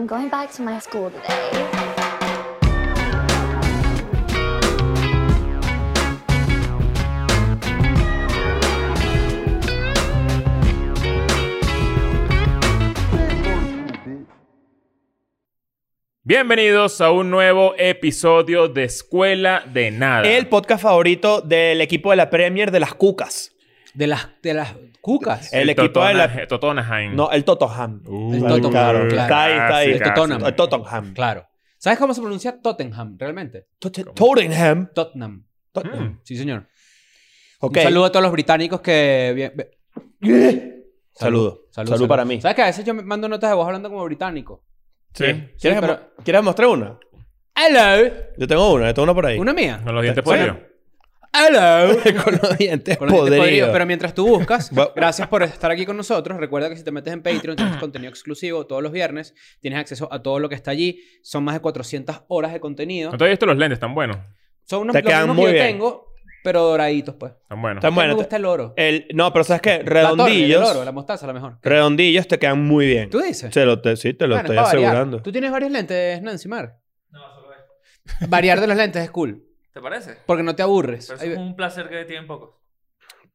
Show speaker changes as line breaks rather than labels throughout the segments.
I'm going back to my school today.
Bienvenidos a un nuevo episodio de Escuela de Nada.
El podcast favorito del equipo de la Premier de las Cucas.
De las, de las cucas.
El equipo de la.
Totonaheim.
No, el Tottenham.
Mm. Uh,
el Tottenham, claro.
claro. Está ahí, está ahí.
El Tottenham.
El Tottenham.
Claro. ¿Sabes cómo se pronuncia Tottenham realmente?
Tot- Tottenham.
Tottenham.
Mm.
Tottenham.
Sí, señor.
Ok.
Un saludo a todos los británicos que... bien- bien-
Saludo. Salud, para mí.
¿Sabes que a veces yo me mando notas de voz hablando como británico?
Sí.
¿Quieres,
Sí,
que
pero-
mo- ¿Quieres mostrar una?
Hello.
Yo tengo una, yo tengo una por ahí.
¿Una mía?
Con los dientes
Bueno.
pollo.
Hello.
Con
Con
los dientes
los dientes
podridos.
podridos, Pero mientras tú buscas,
Va-
gracias por estar aquí con nosotros. Recuerda que si te metes en Patreon tienes contenido exclusivo todos los viernes. Tienes acceso a todo lo que está allí. Son más de 400 horas de contenido.
Entonces, estos los lentes están buenos.
Son unos,
Te
los mismos
quedan
que
muy
yo
bien. Ah,
tengo, pero doraditos, pues.
Están buenos.
Están
A mí me
buenos.
gusta el oro.
El- no, eh, pero ¿sabes qué?
La torre, el
Redondillos.
oro, la mostaza, la mejor.
Redondillos te quedan muy bien.
¿Tú dices?
Se lo te- sí, te lo
Bueno,
estoy
es para variar.
asegurando.
¿Tú tienes varios lentes, Nancy Mar? No, solo Variar de los lentes es cool.
¿Te parece?
Porque no te aburres.
Pero eso
Ahí
es
ve-
un placer que tienen pocos.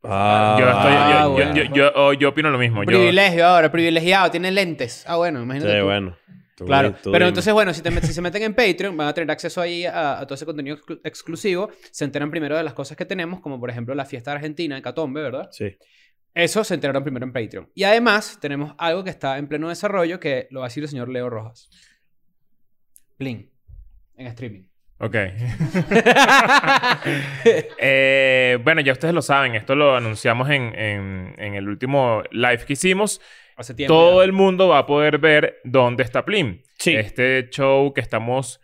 Ah,
Yo, estoy,
Ah,
yo,
bueno.
yo, yo, yo- oh, yo opino lo mismo. Yo,
Privilegio ahora, privilegiado. Tienes lentes. Ah, bueno, imagínate.
Sí,
tú.
bueno. Tú
Claro.
di- tú
Pero
dime.
entonces, bueno, si, te met- si se meten en Patreon, van a tener acceso ahí a, a todo ese contenido exclu- exclusivo. Se enteran primero de las cosas que tenemos, como por ejemplo la fiesta argentina de Catombe, ¿verdad?
Sí.
Eso se enteraron primero en Patreon. Y además, tenemos algo que está en pleno desarrollo que lo va a decir el señor Leo Rojas. Blink. En streaming.
Ok. Eh, bueno, ya ustedes lo saben. Esto lo anunciamos en, en, en el último live que hicimos.
Hace tiempo.
Todo
ya.
el mundo va a poder ver dónde está Plim.
Sí.
Este show que estamos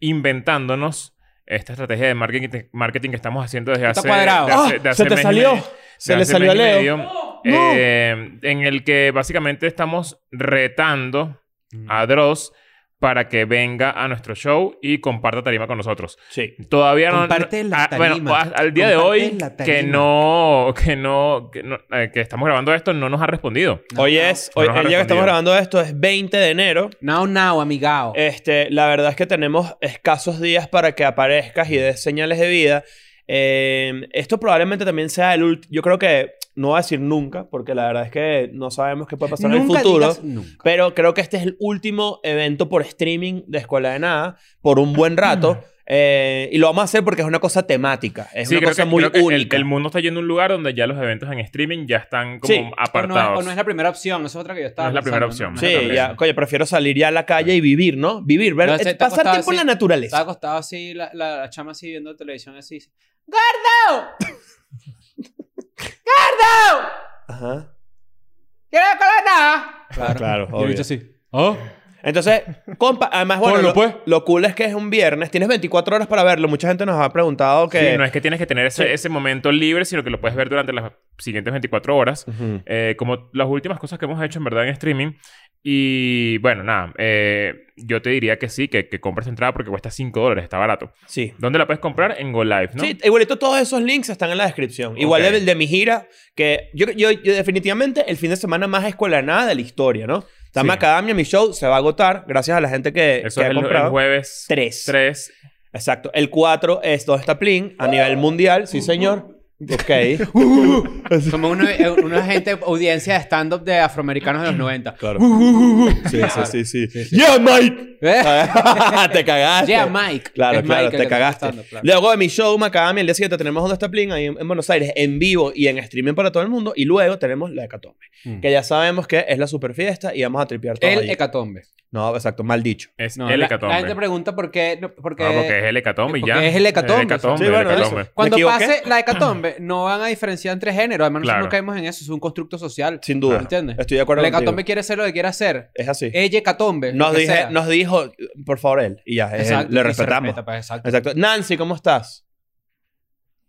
inventándonos, esta estrategia de marketing, marketing que estamos haciendo desde
Está
hace...
cuadrado.
de hace-
¡Ah!
de hace
¡Se te
mes y
salió!
medio.
Se
de
le
hace
salió
mes
a
y
Leo.
medio,
¡No!
eh, en el que básicamente estamos retando a Dross para que venga a nuestro show y comparta tarima con nosotros.
Sí.
Todavía no...
Comparte
no-
la
ah, bueno,
tarima.
a- al día de
Comparte
hoy,
la tarima.
que no... Que no... Que, no- eh, que estamos grabando esto, no nos ha respondido.
Hoy es,
No
hoy,
nos ha
el día que
respondido.
estamos grabando esto es 20 de enero.
Now, now, amigao.
Eh,
Este, la verdad es que tenemos escasos días para que aparezcas y des señales de vida. Eh, esto probablemente también sea el último. Yo creo que no voy a decir nunca, porque la verdad es que no sabemos qué puede pasar en el
Nunca
futuro.
digas nunca.
Pero creo que este es el último evento por streaming de Escuela de Nada por un buen rato. Eh, y lo vamos a hacer porque es una cosa temática. Es
Sí,
una
creo
cosa
que-
muy
creo que el-
única.
El, mundo está yendo a un lugar donde ya los eventos en streaming ya están como
Sí. O no es-
O no, es,
apartados.
o no es la primera opción, esa es otra que yo estaba.
No es la primera
pensando,
opción.
No, No es la
Sí,
primera
ya,
opción.
coño, prefiero salir ya a la calle y vivir, ¿no? Vivir, ver,
No, se-
eh,
te ha
pasar
costado
tiempo en la
así.
naturaleza.
Estaba acostado así, la, la, la chama así viendo televisión así. dice, ¡Gordo! ¡Gordo!
Ajá.
¡Quiero comer nada!
Claro, claro,
Y el
obvio.
bicho así. ¿Oh?
Entonces, compa, además, bueno,
Ponlo,
lo,
pues.
lo cool es que es un viernes, tienes 24 horas para verlo. Mucha gente nos ha preguntado que.
Sí, no es que tienes que tener ese, ese momento libre, sino que lo puedes ver durante las siguientes 24 horas.
Ujú.
Eh, como las últimas cosas que hemos hecho en verdad en streaming. Y bueno, nada, eh, yo te diría que sí, que, que compres tu entrada porque cuesta 5 dólares, está barato.
Sí.
¿Dónde la puedes comprar? En Go Live, ¿no?
Sí, igualito todos esos links están en la descripción. Igual
Ok.
el de mi gira, que yo, yo, yo definitivamente el fin de semana más escuela de nada de la historia, ¿no? Dama
Sí.
Academia, mi show, se va a agotar gracias a la gente
Eso
que, que
es
ha
el, el
comprado.
jueves
Tres.
3.
Exacto. El 4 es donde está Plin a nivel mundial, sí señor. Ok.
Somos una, eh, una gente, audiencia de stand-up de afroamericanos de los 90.
Claro. sí, sí, sí, sí, ¡Yeah, Mike!
Ah,
¿Eh?
te cagaste.
Yeah, Mike.
Claro,
Es
claro,
Mike el
te
que está
cagaste.
stand-up, claro.
Luego de mi show Macadamia, el día siguiente tenemos Onda está Plin ahí en, en Buenos Aires, en vivo y en streaming para todo el mundo. Y luego tenemos la Hecatombe,
Mm.
que ya sabemos que es la super fiesta y vamos a tripear todo.
El
allí.
hecatombe.
no, exacto, mal dicho.
Es
No,
el
la,
hecatombe.
la
Ah,
gente pregunta por qué. no, porque,
Ah, porque es el hecatombe y
porque
ya.
es el hecatombe, o sea,
hecatombe,
sí,
el
bueno, eso.
hecatombe.
Cuando
¿Me equivoqué?
pase la hecatombe, no van a diferenciar entre géneros. Además, nosotros
Claro.
no caemos en eso. Es un constructo social.
Sin duda.
¿Entiendes?
Estoy de acuerdo
La
contigo.
hecatombe quiere ser lo que quiere hacer.
Es así.
Ella hecatombe. lo
Nos,
que
dije-
sea.
nos dijo, por favor, él. Y ya, es él.
Exacto, y
le
se
respetamos.
respeta, pues, exacto.
Exacto. Nancy, ¿cómo estás?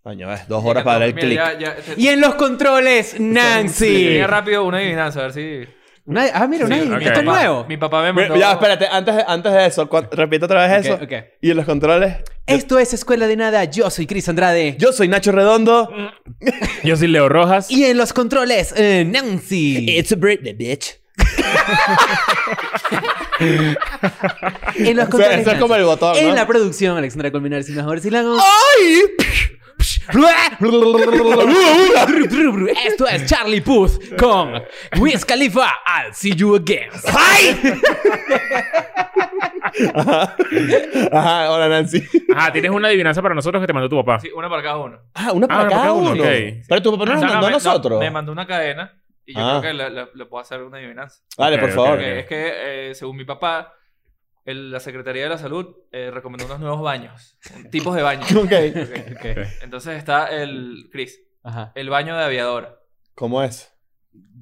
Coño, ves, dos horas para dar el
Mira,
clic.
ya- ya- te-
Y en los controles, Nancy.
Tenía rápido una adivinanza, a ver si...
Una- ah, mira, una,
Sí, ok.
esto es nuevo.
Mi papá me
Mira,
mandó...
Ya, espérate, antes de, antes de eso, cu- repito otra vez eso.
Ok, ok.
Y en los controles.
Esto es Escuela de Nada. Yo soy Cris Andrade.
Yo soy Nacho Redondo.
Yo soy Leo Rojas.
Y en los controles, eh, Nancy.
a Britney, bitch.
en los
O sea, eso es como el botón,
En
¿no?
la producción, Alexandra Colmenar, si mejor si la hago-
¡Ay!
Esto es Charlie Puth con Wiz Khalifa. I'll see you again.
Ajá. Ajá, hola Nancy.
Ajá, tienes una adivinanza para nosotros que te mandó tu papá.
Sí, una para cada uno.
Ah, una para
Ah,
cada uno.
ok.
Pero tu papá no nos
O sea, no,
mandó a
me- no,
nosotros.
me mandó una cadena y yo
Ah.
creo que le, le- le puedo hacer una adivinanza.
Dale,
Ok,
por
ok,
favor.
Porque es que, eh, según mi papá, el- la Secretaría de la Salud eh, recomendó unos nuevos baños, un- tipos de baños.
Ok.
Ok.
Ok.
Entonces está el Chris,
Ajá.
el baño de aviadora.
¿Cómo es?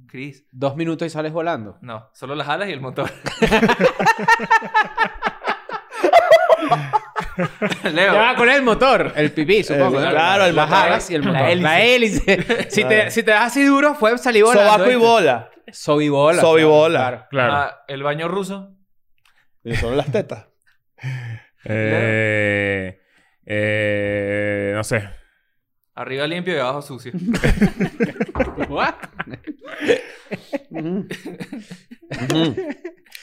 Chris,
Dos minutos y sales volando.
no, solo las alas y el motor. Leo, ah,
Ya, con el motor. El pipí, supongo.
El- Eh, claro, el
Las
motor.
alas y el motor.
La hélice.
La hélice. si,
Claro.
te, si te das así duro, fue salir volando.
Sobaco y bola.
Sobibola.
Sob y
claro,
bola.
claro.
Claro.
ah, el baño ruso.
Y son las tetas.
Eh, eh, no sé.
Arriba limpio y abajo sucio.
What?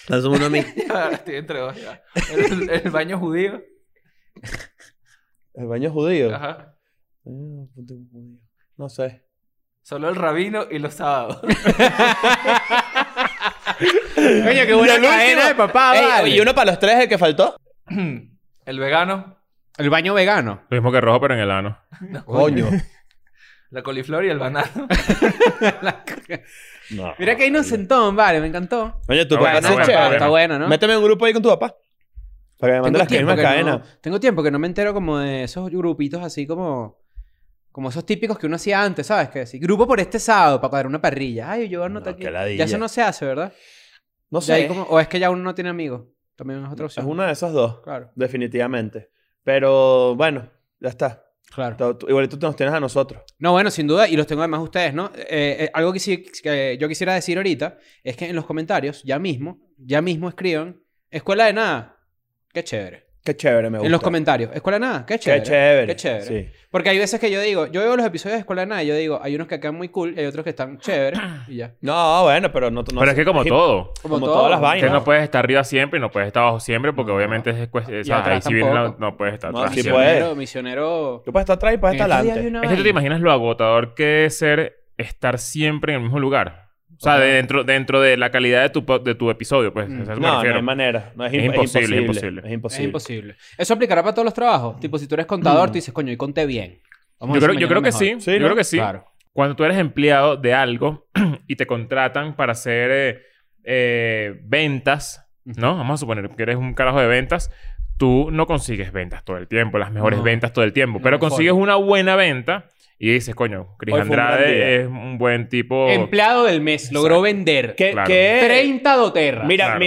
Lanzame uno a mí.
Estoy entre dos ya. El, el baño judío.
El baño judío.
Ajá.
Ah, ponte un judío. No sé.
Solo el rabino y los sábados.
Coño, qué buena
Y el último.
cadena de papá,
Ey,
Ah, vale.
¿Y uno para los tres, el que faltó?
El vegano,
El baño vegano.
Lo mismo que rojo, pero en el ano.
Coño.
la coliflor y el banano.
No.
Mira qué inocentón, vale, me encantó.
Oye, tu
Ah,
papá
bueno,
sí es
bueno,
está,
chévere.
está bueno, ¿no?
Méteme en un grupo ahí con tu papá. Para que me mande las
tiempo
mismas
que no-
cadenas.
tengo tiempo que no me entero como de esos grupitos así como... Como esos típicos que uno hacía antes, ¿sabes? Que decir, grupo por este sábado para cuadrar una parrilla. Ay, yo
No,
anoté aquí.
qué ladilla.
Ya eso no se hace, ¿verdad?
No
Ya hay
sé.
como- o es que ya uno no tiene amigos. También es otra
Es
opción.
una de esas dos.
Claro,
Definitivamente. Pero bueno, ya está.
claro.
Tú- tú- Igual tú nos tienes a nosotros.
No, bueno, sin duda, y los tengo además ustedes, ¿no? Eh, eh, algo que, sí- que yo quisiera decir ahorita es que en los comentarios, ya mismo, ya mismo escriban, Escuela de Nada, qué chévere.
Qué chévere, me gusta.
En los comentarios, Escuela de Nada, qué
Qué
chévere.
chévere.
Qué chévere.
Sí.
Porque hay veces que yo digo, yo veo los episodios de Escuela de Nada y yo digo, hay unos que quedan muy cool y hay otros que están chévere y ya.
No, bueno, pero no. no
pero es que como
sí.
todo.
Como todas las
Que
vainas. Ay,
no
no.
puedes estar arriba siempre y no puedes estar abajo siempre porque
No.
obviamente es cuestión...
Y
O sea,
atrás
ahí si viene la-
tampoco.
no puedes estar
No,
atrás
sí
siempre.
puedes.
Misionero, misionero.
Pues. Tú puedes estar atrás y puedes
En
estar
estos días vi
adelante.
una
Es que tú te
vaina.
imaginas lo agotador que es ser estar siempre en el mismo lugar. O sea, dentro, dentro de la calidad de tu, po- de tu episodio, pues.
Mm.
a eso me
No, no
refiero.
hay manera. No, es,
Es
imp-
imposible,
es
imposible.
Es
Es
imposible.
imposible. Eso aplicará para todos los trabajos. Tipo, si tú eres contador,
Mm.
tú dices, coño, y conté bien. Vamos a
yo
hacer
creo, yo creo
mañana
que
mejor.
sí.
Sí,
Yo
¿no?
creo que sí.
Claro.
Cuando tú eres empleado de algo y te contratan para hacer eh, eh, ventas, ¿no? Vamos a suponer que eres un carajo de ventas. Tú no consigues ventas todo el tiempo, las mejores
No.
ventas todo el tiempo.
No,
pero
mejor.
consigues una buena venta y dices, coño, Cris
Hoy fue un gran día.
Andrade es un buen tipo.
Empleado del mes, logró vender.
Que,
Claro.
que-
30 doterras.
Mira,
Claro.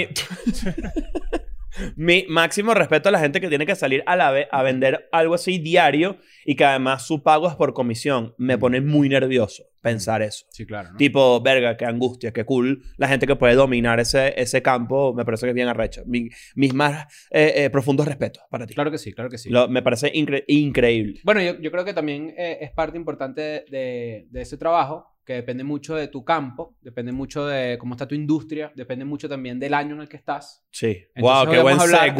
mi, mi máximo respeto a la gente que tiene que salir a, la ve- a vender algo así diario y que además su pago es por comisión. Me pone muy nervioso pensar eso.
Sí, claro. ¿no?
Tipo, verga, qué angustia, qué cool. La gente que puede dominar ese, ese campo me parece que es bien arrecho. Mi- mis más eh, eh, profundos respetos para ti.
Claro que sí, claro que sí.
Lo- me parece incre- increíble.
Bueno, yo, yo creo que también eh, es parte importante de, de- de ese trabajo, que depende mucho de tu campo, depende mucho de cómo está tu industria, depende mucho también del año en el que estás.
Sí.
Entonces,
wow,
hoy
qué buen
vamos a hablar-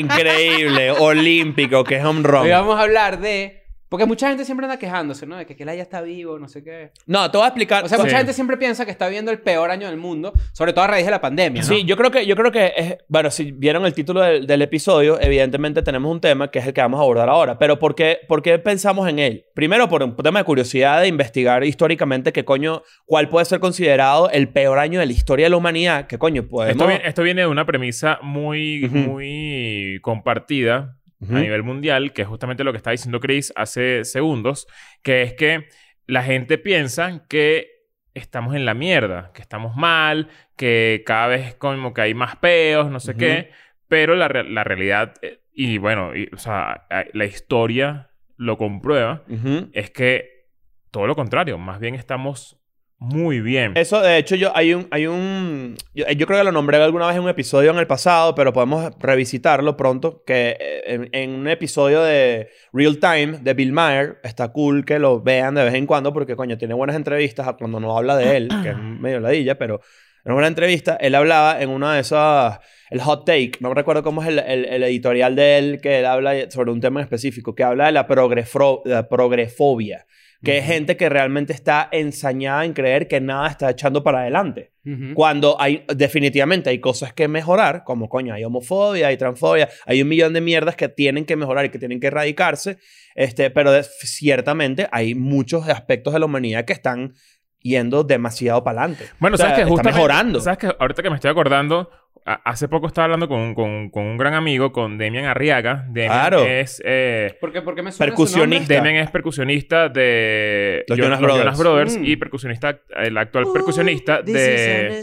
Increíble, olímpico, que es home run.
Hoy vamos a hablar de... Porque mucha gente siempre anda quejándose, ¿no? De que Kelaya está vivo, no sé qué.
No, te voy a explicar.
O sea,
Sí.
mucha gente siempre piensa que está viendo el peor año del mundo, sobre todo a raíz de la pandemia, ¿no?
Sí, yo creo que, yo creo que es, bueno, si vieron el título del, del episodio, evidentemente tenemos un tema que es el que vamos a abordar ahora. Pero ¿por qué, por qué pensamos en él? Primero, por un tema de curiosidad de investigar históricamente qué coño, cuál puede ser considerado el peor año de la historia de la humanidad. ¿Qué coño podemos?
Esto, viene, esto viene de una premisa muy,
Ujú.
muy compartida
Ujú.
a nivel mundial, que es justamente lo que está diciendo Chris hace segundos, que es que la gente piensa que estamos en la mierda, que estamos mal, que cada vez como que hay más peos, no sé
Ujú.
qué, pero la, re- la realidad, eh, y bueno, y, o sea, a- la historia lo comprueba,
Ujú.
es que todo lo contrario, más bien estamos muy bien.
Eso, de hecho, yo, hay un... Hay un yo, yo creo que lo nombré alguna vez en un episodio en el pasado, pero podemos revisitarlo pronto, que eh, en, en un episodio de Real Time de Bill Maher, está cool que lo vean de vez en cuando porque, coño, tiene buenas entrevistas a cuando no habla de él, que es medio ladilla, pero en una entrevista, él hablaba en una de esas, el hot take, no recuerdo cómo es el, el- el editorial de él, que él habla sobre un tema en específico, que habla de la, progrefro- la progrefobia, que es gente que realmente está ensañada en creer que nada está echando para adelante.
Ujú.
Cuando hay, definitivamente hay cosas que mejorar, como coño, hay homofobia, hay transfobia, hay un millón de mierdas que tienen que mejorar y que tienen que erradicarse, este, pero de- ciertamente hay muchos aspectos de la humanidad que están yendo demasiado para adelante.
Bueno,
O sea,
sabes que
está
justamente...
mejorando.
Sabes que ahorita que me estoy acordando, a- hace poco estaba hablando con, con- con un gran amigo, con Demian Arriaga. Demian
Claro.
es... eh,
¿Por qué, por qué me suena su
Percusionista.
Demian es percusionista de
Los
Yo-
Jonas Brothers.
Brothers
Mm.
y percusionista, el actual percusionista de...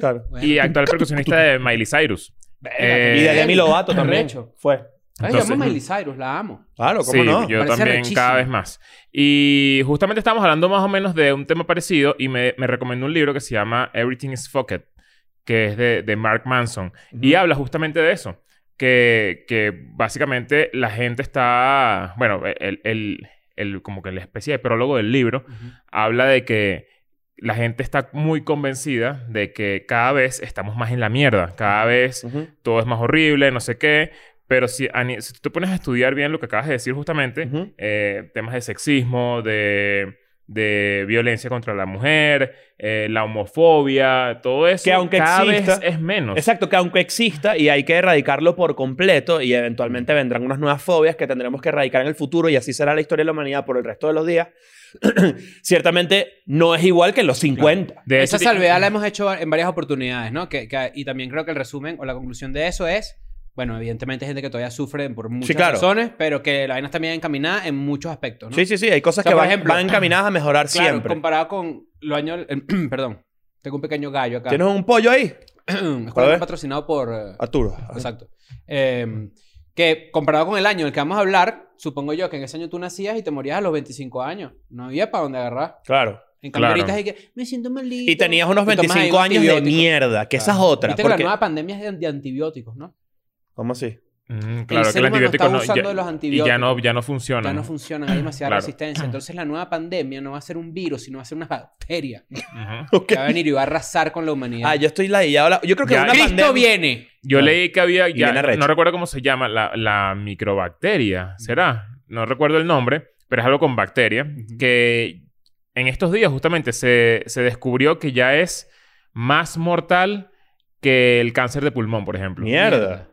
Claro.
nombre?
Y actual percusionista de Miley Cyrus. Eh,
y de Demi Lovato
qué
también.
arrecho.
Fue.
Ay, yo
Entonces-
amo a Miley Cyrus, la amo.
Claro, ¿cómo
Eh, sí,
no?
yo
Parece
también
rechísimo.
cada vez más. Y justamente estábamos hablando más o menos de un tema parecido y me, me recomendó un libro que se llama Everything is Fucked, que es de, de Mark Manson. Y habla justamente de eso. Que, que básicamente la gente está... Bueno, e, el, el- el- como que la especie de prólogo del libro habla de que la gente está muy convencida de que cada vez estamos más en la mierda. Cada vez
Ujú.
todo es más horrible, no sé qué. Pero si, a ni- si tú te pones a estudiar bien lo que acabas de decir justamente,
Ujú.
eh, temas de sexismo, de, de violencia contra la mujer, eh, la homofobia, todo eso
Que aunque
cada
exista-
vez es menos.
Exacto, que aunque exista y hay que erradicarlo por completo y
Mm.
eventualmente vendrán unas nuevas fobias que tendremos que erradicar en el futuro y así será la historia de la humanidad por el resto de los días, ciertamente no es igual que en los 50.
De
Esa
hecho, ti-
salvedad la hemos hecho en varias oportunidades, ¿no? Que, que- y también creo que el resumen o la conclusión de eso es, bueno, evidentemente hay gente que todavía sufre por muchas
claro.
razones, pero que la vaina está bien encaminada en muchos aspectos, ¿no?
Sí, sí, sí, hay cosas
O sea,
que
por
van,
ejemplo-
van encaminadas a mejorar
Claro,
siempre.
comparado con los años... el- perdón, tengo un pequeño gallo acá.
¿Tienes un pollo ahí?
es
A ver. Ah,
patrocinado por... eh,
Arturo.
Exacto. Eh, que comparado con el año en el que vamos a hablar, supongo yo que en ese año tú nacías y te morías a los 25 años. No había para dónde agarrar.
Claro.
En cambio,
Claro.
ahorita es que me siento malito.
Y tenías unos
tomas ahí
25
unos
años de
antibióticos.
mierda, que esa es
Claro.
otra.
Viste que la
Porque...
nueva pandemia es de, de antibióticos, ¿no?
¿Cómo así?
Mm, claro,
ser
que el
humano
antibiótico
está
no,
usando
ya-
de los
y ya no,
antibióticos.
ya no funciona.
Ya no funcionan, hay demasiada
Claro.
resistencia. Entonces la nueva pandemia no va a ser un virus, sino va a ser una bacteria
Ujú.
que va a venir y va a arrasar con la humanidad.
Ah, yo estoy ladillado. la- Yo creo que
Ya,
una
Cristo
pandemia...
viene.
Yo
Claro.
leí que había, ya,
bien arrecho.
no recuerdo cómo se llama, la, la microbacteria, ¿será? No recuerdo el nombre, pero es algo con bacteria, que en estos días justamente se, se descubrió que ya es más mortal que el cáncer de pulmón, por ejemplo.
Mierda.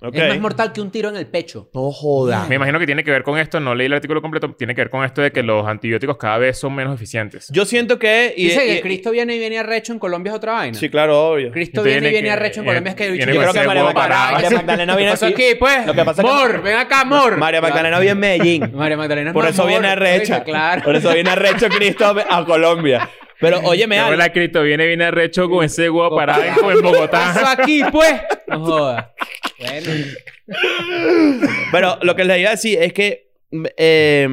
Ok.
Es más mortal que un tiro en el pecho.
No jodas.
Me imagino que tiene que ver con esto, no leí el artículo completo, tiene que ver con esto de que los antibióticos cada vez son menos eficientes.
Yo siento que... y-
Dice
y-
que Cristo viene y viene arrecho en Colombia es otra vaina.
Sí, claro, obvio.
Cristo
Entonces
viene y
viene
viene
que-
arrecho en Colombia es que
viene
bicho,
Yo
con
creo que
ese
María
huevo
Magdalena,
parado.
María Magdalena
¿Qué
viene
pasó
aquí.
aquí, pues?
Lo que pasa es que-
Mor, ven acá, Mor.
María
Claro.
Magdalena vive en Medellín.
María Magdalena es
Por
más
eso viene
mor,
arrecha.
coño, Claro.
Por eso viene arrecho Cristo a Colombia. Pero óyeme,
Luego
Al,
la cripto viene, viene arrecho con ese huevo
Con-
parado en, en
¿Qué pasó
Bogotá.
aquí, pues? No jodas. Bueno,
pero lo que les iba a decir es que... Eh,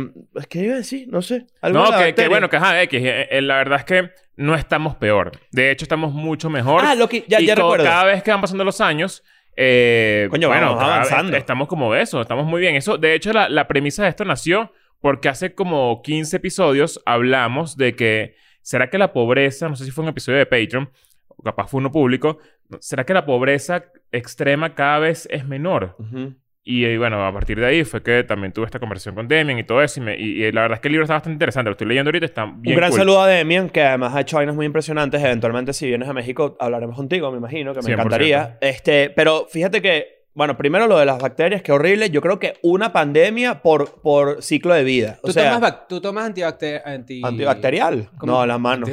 ¿Qué iba a decir? No sé. Algo de
No,
la
que, que
bacteria.
bueno, que ajá, X. eh, eh, la verdad es que no estamos peor. De hecho, estamos mucho mejor.
Ah, lo que... Ya,
y
ya
co-
recuerdo.
Cada vez que van pasando los años, eh,
Coño,
bueno,
vamos
cada vez
avanzando.
estamos como de eso, estamos muy bien. Eso, de hecho, la, la premisa de esto nació porque hace como 15 episodios hablamos de que, ¿será que la pobreza, no sé si fue un episodio de Patreon, o capaz fue uno público, ¿será que la pobreza extrema cada vez es menor?
Ujú.
Y, eh, bueno, a partir de ahí fue que también tuve esta conversación con Demian y todo eso. Y, me- y- y la verdad es que el libro está bastante interesante. Lo estoy leyendo ahorita. Está bien
Un gran
cool.
saludo a Demian, que además ha hecho vainas muy impresionantes. Eventualmente, si vienes a México, hablaremos contigo, me imagino, que me
100%.
encantaría. Este, pero fíjate que, bueno, primero lo de las bacterias, que horrible. Yo creo que una pandemia por, por ciclo de vida. O
tú,
sea,
tomas bac- tú tomas antibacte- anti-
antibacterial.
¿Cómo?
No, la mano.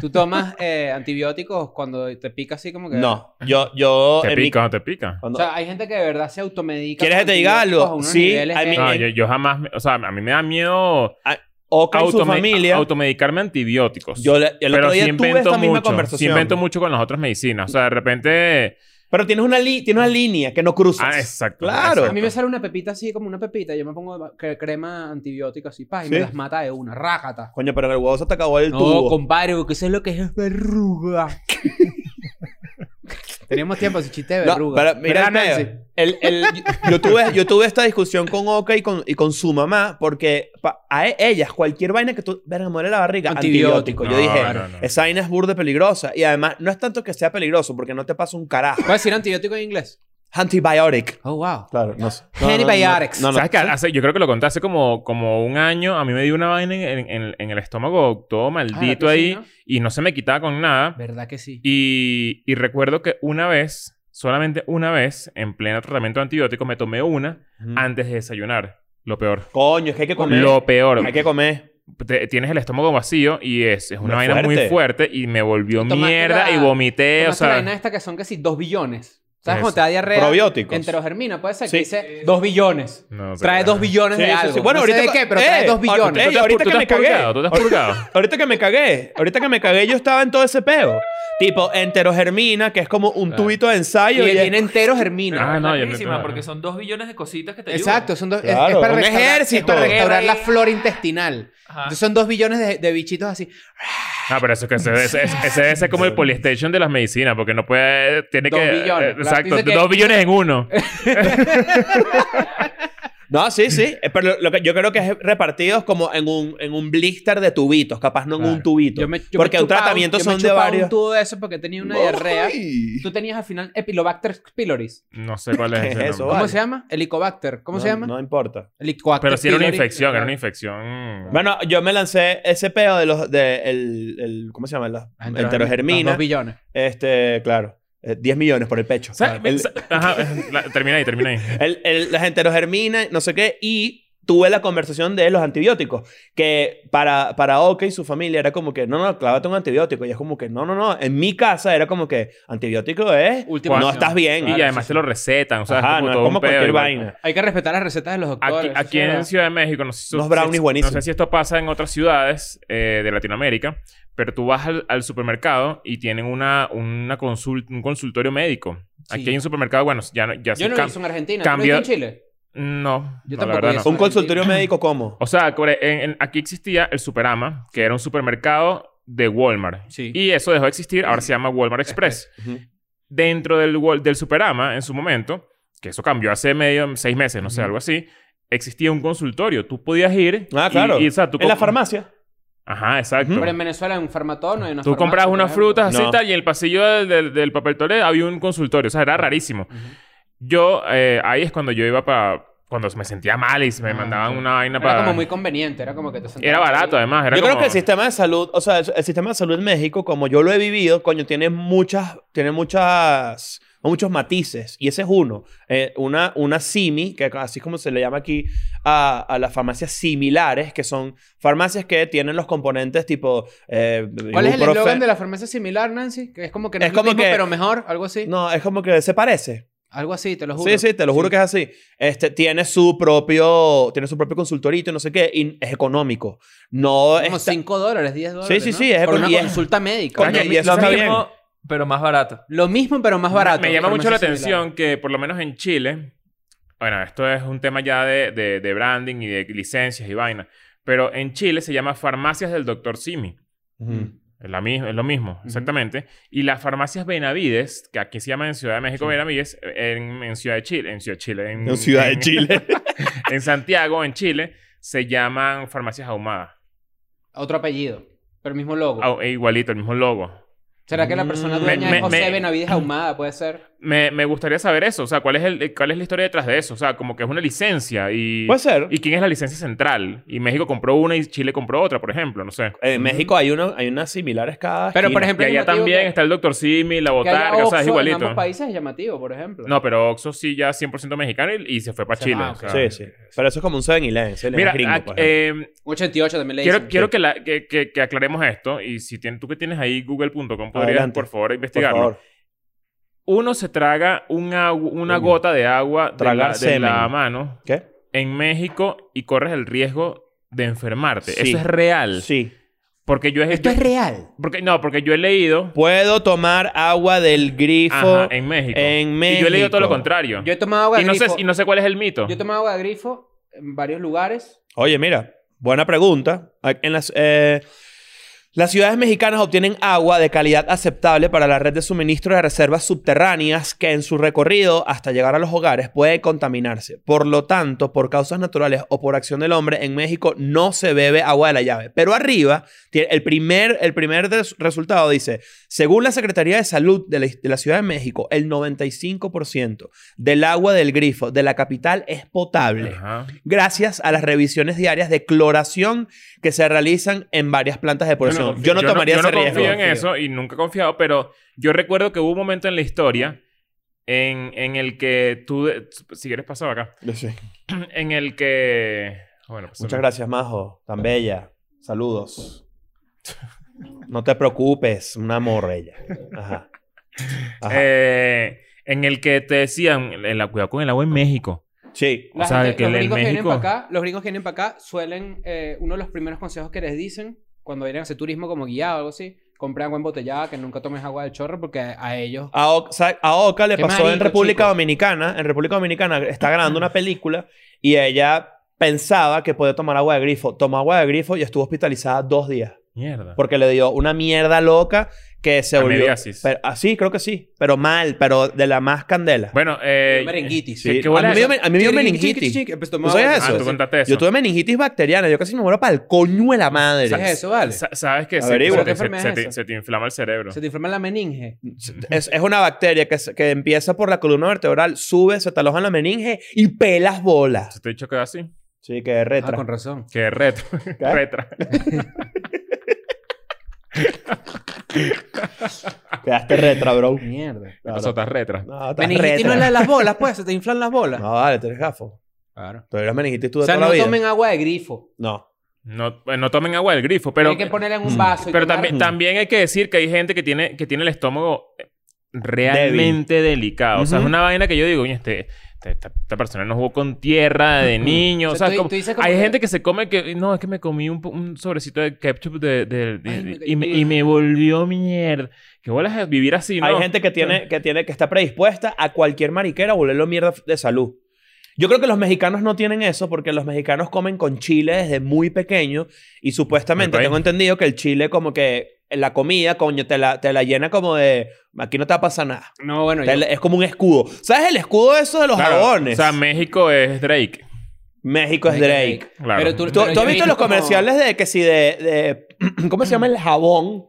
Tú tomas eh, antibióticos cuando te pica así como que...
No, yo, yo.
Te
en mi-
pica, no te pica.
O
cuando-
sea, hay gente que de verdad se automedica.
¿Quieres
con
que te diga
antibióticos
algo?
a unos
Sí,
niveles
hay
de-
mi-
No,
en-
yo, yo jamás, me- o sea, a mí me da miedo
o con su
autome-
familia.
automedicarme antibióticos.
yo le- el
pero
otro
sí
día tuve
invento
esta misma
mucho, sí
conversación.
invento mucho con las otras medicinas. O sea, de repente...
Pero tienes una, li- tienes una línea que no cruzas.
Ah, exacto.
Claro.
exacto.
A mí me sale una pepita así, como una pepita. Yo me pongo ba- cre- crema antibiótica así, pa, y me
Sí.
las mata de una. Rácata.
Coño, pero en el huevo se te acabó el
No,
tubo.
compadre, porque eso es lo que es verruga. Teníamos tiempo, su chiste de
No,
verruga.
pero mira el
¿Verdad,
pedo.
Nancy?
El- el- yo, tuve, yo tuve esta discusión con Oka y con, y con su mamá porque pa- a e- ellas, cualquier vaina que tú... Verga, me duele la barriga. Antibiótico.
Antibiótico.
Yo
No,
dije,
no, no.
esa vaina es burda peligrosa. Y además, no es tanto que sea peligroso porque no te pasa un carajo.
¿Puedes decir antibiótico en inglés?
Antibiotic.
Oh, wow.
Claro, no sé.
Antibiotics.
No, no,
¿Sabes qué? Hace- yo creo que lo conté hace como, como un año. A mí me dio una vaina en, en- en- en el estómago todo
Ah,
maldito
la
ahí
piscina.
y no se me quitaba con nada.
¿Verdad que sí?
Y, y recuerdo que una vez, solamente una vez, en pleno tratamiento de antibióticos, me tomé una
Ujú.
antes de desayunar. Lo peor.
Coño, es que hay que comer.
Lo peor.
Hay que comer.
Te- tienes el estómago vacío y es, es una
Muy
vaina muy
fuerte.
fuerte y me volvió
Y tomaste
mierda
la-
y
eh,
vomité. O
Tomaste la
sea,
vaina esta que son casi dos billones. ¿Sabes
Eso.
cómo te da diarrea?
Probióticos.
Enterogermina, puede ser
Sí.
que dice dos billones.
No sé.
trae dos billones
Sí,
de
sí,
algo.
sí. Bueno,
no sé de
ahorita que-
qué, pero trae
¡Eh!
dos billones.
Ey,
¿Tú te has,
ahorita
tú
que
te
me
has purgado? ¿Tú te has purgado?
Ahorita que me cagué, ahorita que me cagué, yo estaba en todo ese peo. Tipo enterogermina, que es como un
Claro.
tubito de
Y
ensayo.
le
y es-
tiene enterogermina.
Ah, no, yo-
buenísima,
no.
porque son dos billones de cositas que te ayudan.
Exacto, son dos, es- es,
Claro,
para
un
restaurar,
ejército.
es para restaurar la
Guerra.
flora intestinal.
Ajá.
Entonces son dos billones de, de bichitos así.
Ah, pero eso que ese, ese, ese- ese- ese es como el polystation de las medicinas, porque no puede. Tiene
Dos
que.
billones,
eh,
claro.
Exacto,
Dice que-
dos billones en uno.
No, sí, sí. Eh, Pero lo- lo que yo creo que es repartidos como en un, en un blister de tubitos, capaz no en
Claro.
un tubito.
Yo me- yo me
porque un
chupaba
tratamiento
yo me
son de
chupaba
varios.
un tubo de eso porque tenía una diarrea.
Uy.
Tú tenías al final Epilobacter pyloris.
No sé cuál es
¿Qué
ese.
es eso,
nombre.
¿Cómo
Vale.
se llama? Helicobacter. ¿Cómo
No,
se llama?
No importa.
Helicobacter
Pero sí era una
pylori.
infección, era una infección.
Bueno, yo me lancé ese peo de los. De el, el- ¿Cómo se llama? Las
Enterogermina.
enterogermina.
Los dos billones.
Este, claro. eh, 10 millones por el pecho.
¿Sabes?
Ah, El-
Sa- Ajá, la- termina ahí, termina ahí.
El, el, las enterogerminas, no sé qué, y tuve la conversación de los antibióticos, que para, para Oka y su familia era como que, no, no, clávate un antibiótico, y es como que, no, no, no, en mi casa era como que, antibiótico es,
Última
no
opción.
estás bien.
Y además te lo recetan, o sea,
Ajá,
es como
no, es
todo
como
un pedo,
cualquier
igual.
vaina.
Hay que respetar las recetas de los
Aquí,
doctores.
aquí en Ciudad de México, no sé si,
Unos brownies
si-
buenísimos.
no sé si esto pasa en otras ciudades eh, de Latinoamérica, pero tú vas al, al supermercado y tienen una, una consul- un consultorio médico. Aquí hay un supermercado, bueno, ya, no- ya
Yo
se
no lo
cam-
hice en Argentina. ¿Tú lo
cambio-
hice en Chile?
No,
Yo
no, la
tampoco
verdad
vi
no.
eso.
Un consultorio médico, ¿cómo?
O sea, core- en- en- aquí existía el Superama, que era un supermercado de Walmart.
Sí.
Y eso dejó de existir, ahora se llama Walmart Express.
Ujú.
Dentro del, Wal- del Superama, en su momento, que eso cambió hace medio, seis meses, no sé, algo así, existía un consultorio. Tú podías ir.
Ah,
y-
claro.
Y, o sea, tú
en la
comp-
farmacia.
Ajá, exacto.
Pero en Venezuela, en un farmatono, en una
Tú
farmacia,
comprabas
por
unas
ejemplo.
frutas así
No.
tal, y en el pasillo del, del, del papel toalé había un consultorio. O sea, era rarísimo. Yo, eh, ahí es cuando yo iba para. Cuando me sentía mal y se me
Ah,
mandaban
ok.
una vaina
Era
para.
como muy conveniente. Era como que te sentabas
Era barato,
ahí.
además. Era
yo creo
como-
que el sistema de salud, o sea, el, el sistema de salud en México, como yo lo he vivido, coño, tiene muchas, tiene muchas, muchos matices. Y ese es uno. Eh, una, una SIMI, que así es como se le llama aquí a, a las farmacias similares, que son farmacias que tienen los componentes tipo... eh,
¿Cuál es el
ibuprofen-
eslogan de la farmacia similar, Nancy? Que es como que no
Es
es, lo
como
mismo,
que-
pero mejor. Algo así.
No, es como que se parece.
Algo así, te lo juro.
Sí, sí, te lo juro que es así. Este, tiene su propio, tiene su propio consultorito y no sé qué, y es económico. No
Como
es...
5 dólares, 10 dólares.
sí,
¿no?
sí, es
Por
eco-
una
y es-
consulta médica.
Coño,
Lo
y
mi-
eso
lo
está
mismo, pero más barato.
Lo mismo, pero más barato.
Me llama mucho la
Farmacia similar.
atención que, por lo menos en Chile, bueno, esto es un tema ya de, de- de branding y de licencias y vaina, pero en Chile se llama Farmacias del Doctor Simi.
Ujú.
Es, la mi- es lo mismo, exactamente. Y las farmacias Benavides, que aquí se llaman en Ciudad de México Benavides, en, en Ciudad de Chile, en Ciudad de Chile, en,
En Ciudad de
en-
Chile.
en Santiago, en Chile, se llaman farmacias ahumadas.
Otro apellido, pero el mismo logo.
Au- e igualito, el mismo logo.
¿Será que la persona
Mm.
dueña
Me-
es
me-
José
me-
Benavides Ahumada? Puede ser.
Me, me gustaría saber eso, o sea, ¿cuál es, el, cuál es la historia detrás de eso, o sea, como que es una licencia y...
Puede ser.
¿Y quién es la licencia central? Y México compró una y Chile compró otra, por ejemplo, no sé.
En México hay, una, hay unas similares cada
Pero, por
esquina.
Y
ejemplo, es
allá
llamativo
también
que-
está el Dr. Simi, la
que haya
botarga, o sea, es
Oxxo En
igualito.
ambos países es llamativo, por ejemplo.
No, pero Oxxo sí ya 100% mexicano y, y se fue para
Se
Chile.
va,
o
ok.
sea.
Sí, sí. Pero eso es como un 7-Eleven.
Mira,
Mira, ah, gringo, pues,
ac-
por ejemplo.
eh,
88 también le
quiero,
dicen.
quiero que, la- que- que- que aclaremos esto. Y si tienes, tú que tienes ahí google.com, podrías,
Adelante.
por favor,
por
investigarlo.
favor.
Uno se traga un agu- una
Coño.
gota de agua de la,
Tragar
de la
semen.
mano
¿Qué?
en México y corres el riesgo de enfermarte.
Sí.
Eso es real.
Sí.
Porque yo he-
Esto
yo-
es real.
porque, no, porque yo he leído
Puedo tomar agua del grifo.
Ajá, en México.
en
Y yo he leído todo lo
México.
contrario.
Yo he tomado agua de
y, no sé,
grifo.
y no sé cuál es el mito.
Yo he tomado agua de grifo en varios lugares.
Oye, mira, buena pregunta. En las, eh, Las ciudades mexicanas obtienen agua de calidad aceptable para la red de suministro de reservas subterráneas que en su recorrido hasta llegar a los hogares puede contaminarse. Por lo tanto, por causas naturales o por acción del hombre, en México no se bebe agua de la llave. Pero arriba, tiene- el primer, el primer des- resultado dice, según la Secretaría de Salud de la, de la Ciudad de México, el 95% del agua del grifo de la capital es potable
Ajá.
gracias a las revisiones diarias de cloración que se realizan en varias plantas de
no
depuración.
confío-
Yo no, tomaría
yo no
ese riesgo.
confío en
Confío.
eso y nunca he confiado, pero yo recuerdo que hubo un momento en la historia en, en el que tú... de- si quieres pasaba acá. En el que... Bueno, pues,
Muchas gracias, Majo. Tan bella. Saludos. No te preocupes, un amor ella. Ajá. Ajá.
Eh, en el que te decían, el, el- cuidado con el agua en México.
sí.
O sea, que
los,
en
gringos que vienen
México-
para acá, los gringos que vienen para acá suelen, eh, uno de los primeros consejos que les dicen cuando vienen a hacer turismo como guiado o algo así, compren agua embotellada, que nunca tomes agua del chorro porque a ellos...
A, O- sa- a Oca le
Qué
pasó en
marico,
República
chico.
Dominicana. En República Dominicana está grabando una película y ella pensaba que podía tomar agua de grifo. Tomó agua de grifo y estuvo hospitalizada dos días
Mierda.
porque le dio una mierda loca que se volvió.
Candidiasis.
Pero, ah, sí, creo que sí. Pero mal, pero de la más candela.
Bueno, eh...
merenguitis.
sí.
qué buena
a mí,
esa.
me- a mí me dio meningitis.
pues,
¿Tú sabías
Ah,
eso?
tú contaste eso.
Yo tuve meningitis bacteriana. Yo casi me muero para el coño de la madre.
¿Qué es eso, vale?
sa- Sabes que se,
Averigua.
se
¿Qué
te, se-
enfermedad
se
es
te-
esa?
se te inflama el cerebro.
Se te inflama la meninge. Ah,
Es, es una bacteria que, se- que empieza por la columna vertebral, sube, se te aloja en la meninge y pelas bolas.
Se te ha dicho que así.
Sí, que
Ah,
retra.
con razón.
Que retro. Retra.
Quedaste retra, bro.
Mierda.
Claro.
Eso está retra.
No, estás
Meningitis
retra.
no es la de las bolas, pues. Se te inflan las bolas.
No, vale, tú eres gafo.
Claro.
Tú eres meningitis tú
O
de
sea,
toda
no
la vida.
tomen agua de grifo.
No.
No, eh, no tomen agua del grifo, pero...
hay que ponerla en un
Mm.
vaso. y
Pero
tomar-
también, también hay que decir que hay gente que tiene, que tiene el estómago eh, realmente delicado. O sea, es
Ujú.
una vaina que yo digo, "Oye, este, este- esta, esta persona no jugó con tierra de niño.
O
o
sea,
sea,
tú-
como-
tú dices como
hay
que-
gente que se come que... No, es que me comí un, po- un sobrecito de ketchup de, de- de-
Ay, me
y, me, y me volvió mierda. Qué bolas es vivir así, ¿no?
Hay gente que tiene, que tiene, que está predispuesta a cualquier mariquera a volverlo mierda de salud. Yo creo que los mexicanos no tienen eso porque los mexicanos comen con chile desde muy pequeño y supuestamente
Ok.
tengo entendido que el chile como que la comida, coño, te la, te la llena como de... Aquí no te va a pasar nada.
No, bueno.
Te
yo-
la- es como un escudo. ¿Sabes el escudo eso de los
Claro,
jabones?
O sea, México es Drake.
México es Drake.
Claro.
Pero tú,
¿Tú,
pero
tú
yo
has
he
visto los
como-
comerciales de que si de, de- ¿Cómo se llama el jabón?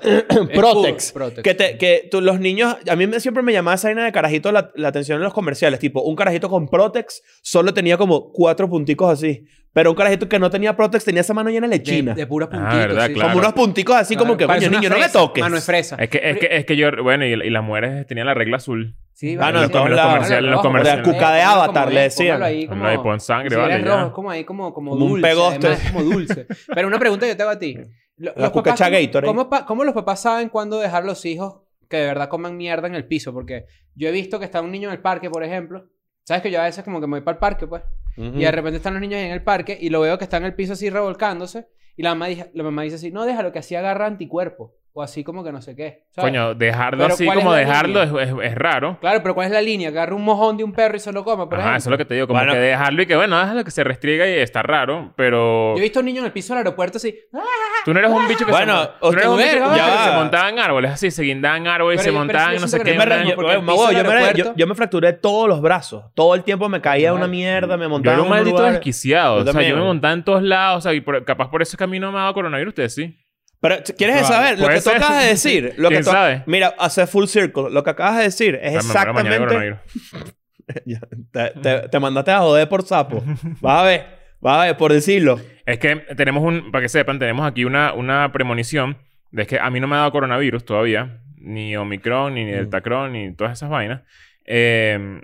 Protex.
Protex.
Que, te- que tú- los niños... A mí me- siempre me llamaba esa vaina de carajito la, la atención en los comerciales. Tipo, un carajito con Protex solo tenía como cuatro punticos así. Pero un carajito que no tenía Protex tenía esa mano llena de
De,
lechina.
de puros
Ah,
puntitos.
verdad,
sí.
claro.
Como unos punticos así
Claro,
como que,
parece
coño,
una
niño, no me
fresa.
toques. Eh,
Mano es fresa.
Es que, es, que, es que yo, bueno, y, y las mujeres tenían la regla azul.
Sí,
Ah, no,
vale,
en todos
sí.
lados.
Comercial, los
Rojo,
comerciales.
ponlo
Cuca de
como-
Avatar,
como-
le decían.
póngalo ahí como-
No, y pon sangre,
si eres
vale,
rojo,
ya.
es como ahí, como, como
Como un
dulce.
pegoste.
además, es como dulce. Pero una pregunta que yo te hago a ti. Lo-
La cuca
papás,
Chagator, ¿eh?
¿cómo, pa- cómo los papás saben cuándo dejar los hijos que de verdad coman mierda en el piso? Porque yo he visto que está un niño en el parque, por ejemplo. ¿Sabes que yo a veces como que me voy para el parque, pues?
Ujú.
Y de repente están los niños ahí en el parque y lo veo que está en el piso así revolcándose. Y la mamá, dije- la mamá dice así, no, déjalo que así agarra anticuerpo. O así como que no sé qué. ¿sabes?
Coño, dejarlo
Pero
así
¿cuál es
como
la
dejarlo es, es- es raro.
Claro, pero ¿cuál es la línea? Que agarra un mojón de un perro y se lo coma, por
Ajá,
ejemplo.
eso es lo que te digo. Como
Bueno.
que dejarlo y que bueno, déjalo que se restriega y está raro, pero...
Yo he visto niños en el piso del aeropuerto así. "Ah",
Tú no eres un bicho que
Bueno,
se... mon- Tú no eres un
usted-
bicho
verga,
que
ya
se
va.
montaba en árboles, así, se guindaban árboles,
Pero
se
yo- pero
montaban,
yo
no
siento
sé
que
qué.
Yo me,
montaban-
daño,
yo-
porque
yo-
el
me-
piso del
yo me-
aeropuerto-
yo- yo me fracturé todos los brazos. Todo el tiempo me caía una
Claro.
mierda, me
Yo
montaba
era un
en unos
maldito
lugares.
desquiciado.
Yo
o sea,
también.
yo me montaba en todos lados. O sea, y por- capaz por eso es que a mí no me ha dado coronavirus, ustedes sí.
Pero ¿t- quieres
Probable.
saber lo
Puede
que tú
ser.
acabas de decir. Lo
¿Quién
que tú-
sabe?
Mira, hacer full circle. Lo que acabas de decir es
O sea, me muero mañana de
exactamente.
coronavirus.
Ya, te, te- te mandaste a joder por sapo. Vas a ver, vas a ver, por decirlo.
Es que tenemos un, para que sepan, tenemos aquí una, una premonición de que a mí no me ha dado coronavirus todavía, ni Omicron, ni
Mm.
Deltacron, ni todas esas vainas. Eh,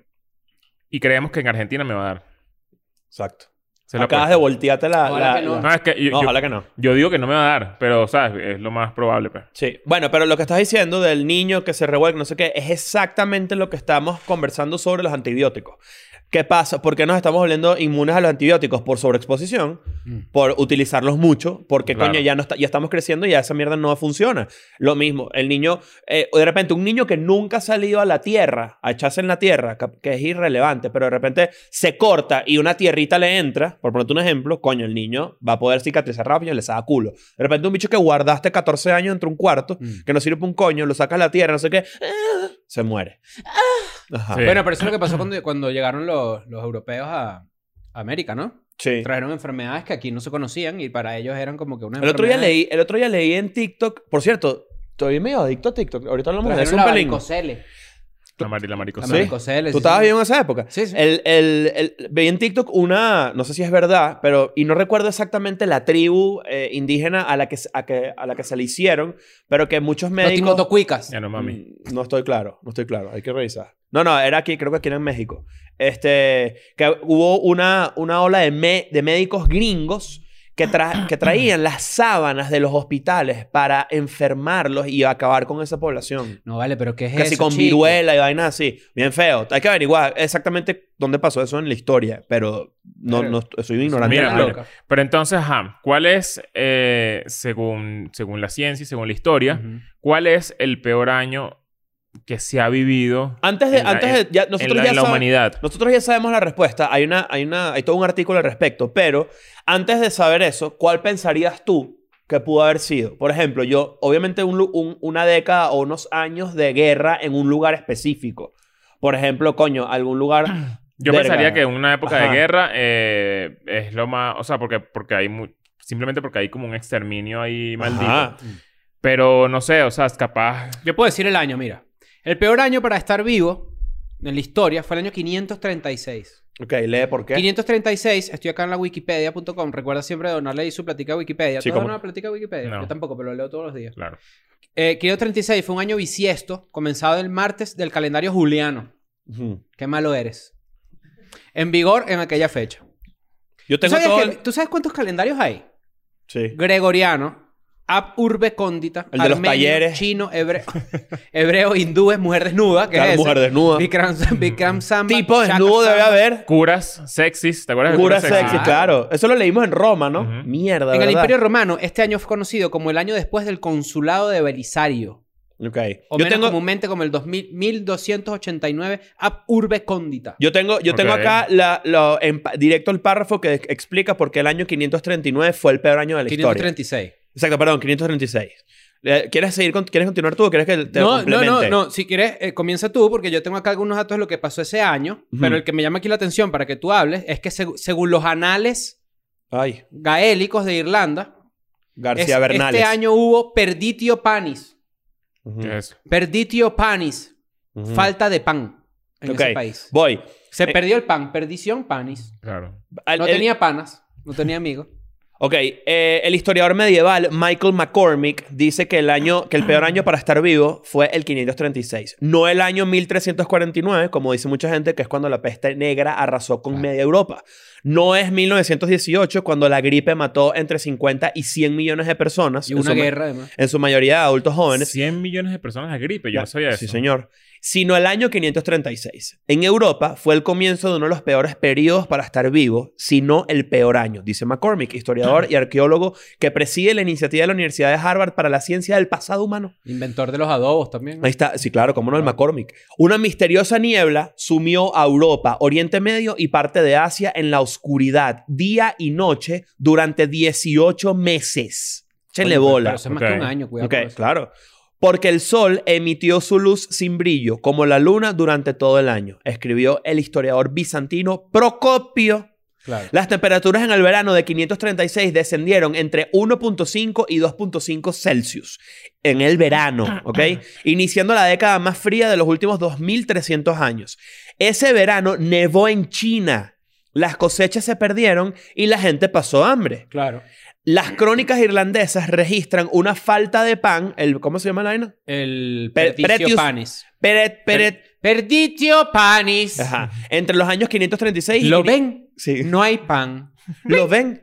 y creemos que en Argentina me va a dar.
Exacto.
Se la
acabas de
apuesto.
voltearte la.
Ojalá
la-
que no.
la-
No, es que yo,
No,
yo-
ojalá que no.
yo digo que no me va a dar, pero, ¿sabes? Es lo más probable, pues.
Sí. Bueno, pero lo que estás diciendo del niño que se revuelve, no sé qué, es exactamente lo que estamos conversando sobre los antibióticos. ¿Qué pasa? ¿Por qué nos estamos volviendo inmunes a los antibióticos? Por sobreexposición,
Mm.
por utilizarlos mucho, porque
Claro.
coño, ya, no está- ya estamos creciendo y ya esa mierda no funciona. Lo mismo, el niño, eh, o de repente un niño que nunca ha salido a la tierra, a echarse en la tierra, cap- que es irrelevante, pero de repente se corta y una tierrita le entra, por ponerte un ejemplo, coño, el niño va a poder cicatrizar rápido y le saca culo. De repente un bicho que guardaste 14 años entre un cuarto,
Mm.
que no sirve para un coño, lo sacas a la tierra, no sé qué, ah, se muere. Ajá.
Sí.
Bueno, pero eso es lo que pasó cuando, cuando llegaron los, los europeos a, a América, ¿no?
Sí.
Trajeron enfermedades que aquí no se conocían y para ellos eran como que una
El otro, día
enfermedad.
leí, el otro día leí en TikTok, por cierto, estoy medio adicto a TikTok, ahorita hablamos de
Trajeron
eso un
la
pelín.
varicocele.
La, mari- la
La
maricosa.
¿Ah, Sí.
varicocele,
Tú
sí,
estabas
sí.
vivo en esa época.
Sí, sí.
El, el- el- veía en TikTok una, no sé si es verdad, pero, y no recuerdo exactamente la tribu eh, indígena a la, que, se- a, que, a la que se le hicieron, pero que muchos
Los
médicos...
timotocuicas.
Ya no mami.
Mm, No estoy claro, no estoy claro, hay que revisar. No, no, era aquí, creo que aquí era en México. Este, que hubo una, una ola de, mé- de médicos gringos que, tra- que traían las sábanas de los hospitales para enfermarlos y acabar con esa población.
No vale, pero ¿qué es
Casi
eso,
con
chico?
viruela y vainas así. Bien feo. Hay que averiguar exactamente dónde pasó eso en la historia, pero no,
Pero-
no soy un ignorante.
Mira,
del tema.
mira. Pero entonces, ajá, ¿cuál es, eh, según, según la ciencia y según la historia,
Ujú.
cuál es el peor año que se ha vivido
Antes de,
en la-
antes
en-
de- ya,
en
Ah, nosotros
la,
ya
en la
sabe-
humanidad?
Nosotros ya sabemos la respuesta. Hay, una, hay, una, hay todo un artículo al respecto. Pero antes de saber eso, ¿cuál pensarías tú que pudo haber sido? Por ejemplo, yo, obviamente, un lu- un- una década o unos años de guerra en un lugar específico. Por ejemplo, coño, algún lugar.
Yo
Verga.
pensaría que en una época
Ajá.
de guerra eh, es lo más... O sea, porque, porque hay... mu- simplemente porque hay como un exterminio ahí maldito.
Ajá.
Pero no sé, o sea, es capaz...
Yo puedo decir el año, mira. El peor año para estar vivo en la historia fue el año 536.
Ok, lee por qué.
536, estoy acá en la wikipedia.com. Recuerda siempre donarle ahí su platica a Wikipedia.
Sí,
¿Tú has
cómo
donado la platica a Wikipedia?
No.
Yo tampoco, pero lo leo todos los días.
Claro.
Eh, 536 fue un año bisiesto, comenzado el martes del calendario juliano.
Ujú.
Qué malo eres. En vigor en aquella fecha.
Yo
¿Tú
tengo
sabías
todo.
que-
el-
¿Tú sabes cuántos calendarios hay?
Sí.
Gregoriano, ab urbe condita,
El de los talleres.
chino, hebreo, hebreo, hindú, es mujer desnuda, que
Claro,
es ese.
mujer desnuda.
Bikram, Bikram Samba,
Tipo
Chaka
desnudo debe
Samba.
haber.
Curas sexys. ¿Te acuerdas de
Cura
curas
sexy,
sexys?
claro. Eso lo leímos en Roma, ¿no?
Ah. Ujú.
Mierda,
En el
¿verdad?
Imperio Romano, este año fue conocido como el año después del consulado de Belisario.
Ok.
O
Yo
menos
tengo,
comúnmente como el 2000, 1289 ab urbe condita.
Yo tengo, yo tengo
Ok.
acá la, lo- en pa- directo el párrafo que explica por qué el año 539 fue el peor año de la historia.
536.
Exacto, perdón, 536. Eh, ¿Quieres seguir con- quieres continuar tú o quieres que te lo
No, no,
complemente?
no, no. Si quieres, eh, comienza tú, porque yo tengo acá algunos datos de lo que pasó ese año.
Ujú.
Pero el que me llama aquí la atención para que tú hables es que seg- según los anales
Ay,
gaélicos de Irlanda, es-
García Bernales.
este año hubo perditio panis.
Ujú,
¿Qué es eso?
Perditio panis.
ujú.
Falta de pan en
Ok,
ese país.
Voy.
Se
eh,
perdió el pan. Perdición panis.
Claro.
Al-
No
el-
tenía panas. No tenía amigos.
Ok, eh, el historiador medieval Michael McCormick dice que el, año, que el peor año para estar vivo fue el 536, no el año 1349, como dice mucha gente, que es cuando la peste negra arrasó con media Europa. No es 1918, cuando la gripe mató entre 50 y 100 millones de personas,
Y
en
una
su ma-
guerra, además.
en su mayoría adultos jóvenes.
100 millones de personas a gripe. Yo
Ya,
no sabía eso.
Sí, señor. Sino el año 536. En Europa fue el comienzo de uno de los peores periodos para estar vivo, si no el peor año, dice McCormick, historiador y arqueólogo que preside la iniciativa de la Universidad de Harvard para la ciencia del pasado humano.
Inventor de los adobos también. ¿no?
Ahí está, sí, claro, cómo no, el McCormick. Una misteriosa niebla sumió a Europa, Oriente Medio y parte de Asia en la oscuridad, día y noche, durante 18 meses. Chenle
Coño, pero-
bola.
Pero eso es más
Ok.
que un año, cuidado.
Ok,
con eso.
claro. Porque el sol emitió su luz sin brillo, como la luna, durante todo el año, escribió el historiador bizantino Procopio.
Claro.
Las temperaturas en el verano de 536 descendieron entre 1.5 y 2.5 Celsius en el verano, ¿ok? Iniciando la década más fría de los últimos 2.300 años. Ese verano nevó en China, las cosechas se perdieron y la gente pasó hambre.
Claro.
Las crónicas irlandesas registran una falta de pan, el, ¿cómo se llama la vaina?
El
Per-
perditio
pretius-
panis.
Peret, peret.
Perditio panis.
Ajá. Entre los años 536 y...
¿Lo ven?
Sí.
No hay pan.
¿Lo ven?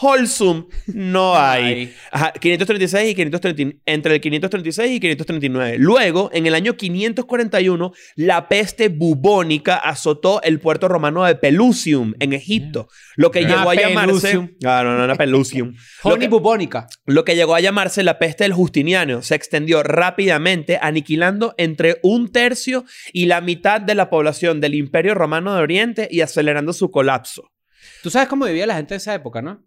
wholesome no hay.
Ay.
Ajá, 536 y 530, entre el 536 y 539. Luego, en el año 541, la peste bubónica azotó el puerto romano de Pelusium, en Egipto, lo que
Ok.
llegó a
Ah,
llamarse...
Pelusium.
Ah, no, no, no, Pelusium. Lo
Honey
que-
bubónica.
lo que llegó a llamarse la peste del Justiniano se extendió rápidamente, aniquilando entre un tercio y la mitad de la población del Imperio Romano de Oriente y acelerando su colapso.
Tú sabes cómo vivía la gente de esa época, ¿no?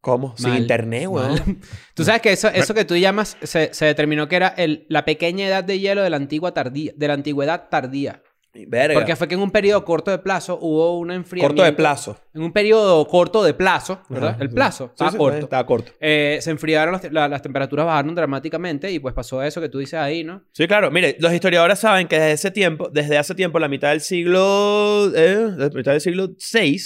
¿Cómo? Sin
Mal,
internet,
mal.
weón.
Tú sabes que eso, eso que tú llamas se, se determinó que era el, la pequeña edad de hielo de la antigua tardía, de la antigüedad tardía.
Verga.
Porque fue que en un periodo corto de plazo hubo una enfriamiento.
Corto de plazo.
En un periodo corto de plazo, ¿verdad?
Ajá.
El plazo estaba
Sí, sí,
corto.
Estaba corto.
Eh, se enfriaron, las te- la- las temperaturas bajaron dramáticamente y pues pasó eso que tú dices ahí, ¿no?
Sí, claro. Mire, los historiadores saben que desde ese tiempo, desde hace tiempo, la mitad del siglo... eh, la mitad del siglo VI,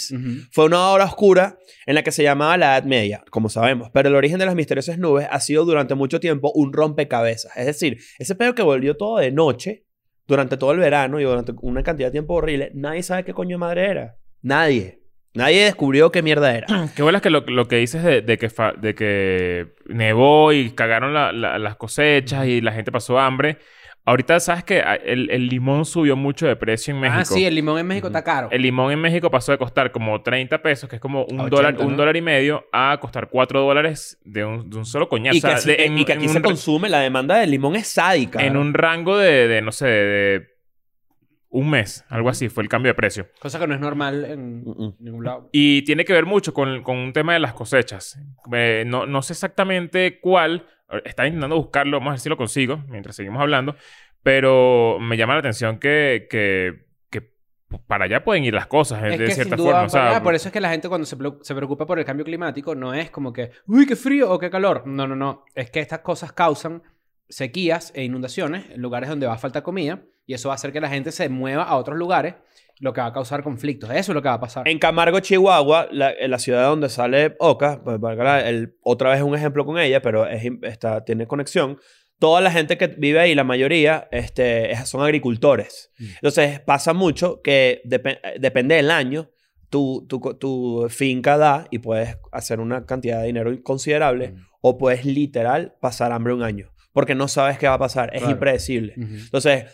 Fue una hora oscura en la que se llamaba la Edad Media, como sabemos, pero el origen de las misteriosas nubes ha sido durante mucho tiempo un rompecabezas. Es decir, ese pedo que volvió todo de noche, durante todo el verano y durante una cantidad de tiempo horrible, nadie sabe qué coño de madre era. Nadie. Nadie descubrió qué mierda era.
Qué bolas que lo, lo que dices de, de que fa- de que nevó y cagaron la- la- las cosechas y la gente pasó hambre. Ahorita sabes que el, el limón subió mucho de precio en México.
Ah, sí, el limón en México está caro.
El limón en México pasó de costar como 30 pesos, que es como un,
80,
dólar, un
¿no?
dólar y medio, a costar 4 dólares de un, de un solo coñazo.
Y
O
que,
sea,
así-
de- en-
y que
en
aquí
un
se
ra-
consume, la demanda del limón es sádica.
En un rango de, de, no sé, de, de un mes, algo así, fue el cambio de precio.
Cosa que no es normal en
Mm-mm.
ningún lado.
Y tiene que ver mucho con, con un tema de las cosechas. Eh, no, no sé exactamente cuál. Estaba intentando buscarlo. Vamos a ver si lo consigo mientras seguimos hablando. Pero me llama la atención que, que, que para allá pueden ir las cosas, eh, de
Es que
cierta
sin duda
forma.
van
o sea, mm.
para allá. por eso es que la gente cuando se, preo- se preocupa por el cambio climático no es como que, uy, qué frío o qué calor. No, no, no. Es que estas cosas causan sequías e inundaciones en lugares donde va a faltar comida y eso va a hacer que la gente se mueva a otros lugares, lo que va a causar conflictos. Eso es lo que va a pasar.
En Camargo, Chihuahua, la, en la ciudad donde sale Oca, pues, valga la- el- otra vez un ejemplo con ella, pero es im- está, tiene conexión. Toda la gente que vive ahí, la mayoría, este, es- son agricultores. Entonces, pasa mucho que depe- eh, depende del año, tu, tu co- tu finca da y puedes hacer una cantidad de dinero considerable
Mm.
o puedes literal pasar hambre un año porque no sabes qué va a pasar. Es
Claro.
impredecible.
Ujú.
Entonces,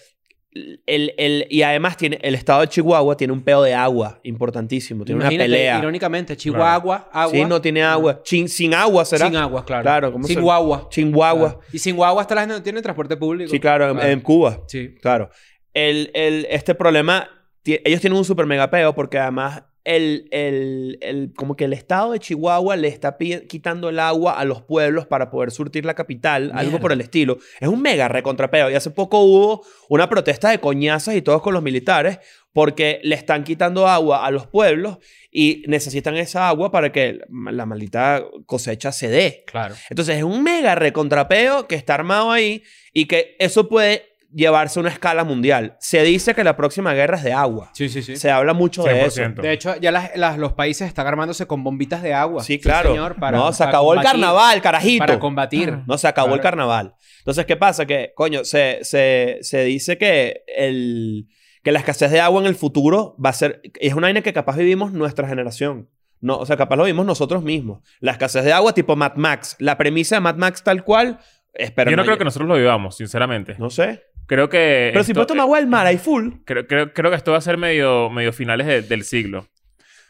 el, el- y además tiene, el estado de Chihuahua tiene un pedo de agua importantísimo. Tiene
Imagínate,
una pelea.
Irónicamente, Chihuahua, agua.
Sí, no tiene agua. Chin- sin agua será.
Sin agua, claro.
Claro, ¿cómo
sin
se-
guagua.
Chihuahua.
Claro. Y sin guagua hasta la gente no tiene transporte público.
Sí, claro, en-
Claro.
En, Cuba.
Sí.
Claro. El, el- este problema, ti- ellos tienen un super mega peo porque además el, el- el- como que el estado de Chihuahua le está pi- quitando el agua a los pueblos para poder surtir la capital, algo por el estilo. Es un mega recontrapeo. Y hace poco hubo una protesta de coñazas y todos con los militares porque le están quitando agua a los pueblos y necesitan esa agua para que la maldita cosecha se dé.
Claro.
Entonces es un mega recontrapeo que está armado ahí y que eso puede llevarse a una escala mundial. Se dice que la próxima guerra es de agua.
Sí, sí, sí.
Se habla mucho de eso.
100%.
De hecho, ya las- las- los países están armándose con bombitas de agua.
Sí, claro.
señor, para-
no, se
para
acabó el
combatir-
carnaval, carajito.
Para combatir.
No, se acabó el
Claro.
carnaval. Entonces, ¿qué pasa? Que, coño, se, se, se dice que, el, que la escasez de agua en el futuro va a ser... Es una vaina que capaz vivimos nuestra generación. No, o sea, capaz lo vimos nosotros mismos. La escasez de agua tipo Mad Max. La premisa de Mad Max tal cual... Espero
Yo no creo que nosotros lo vivamos, sinceramente.
No sé.
Creo que.
Pero si
esto- eh,
puedes tomar agua del mar, hay full.
Creo, creo, creo que esto va a ser medio, medio finales de- del siglo.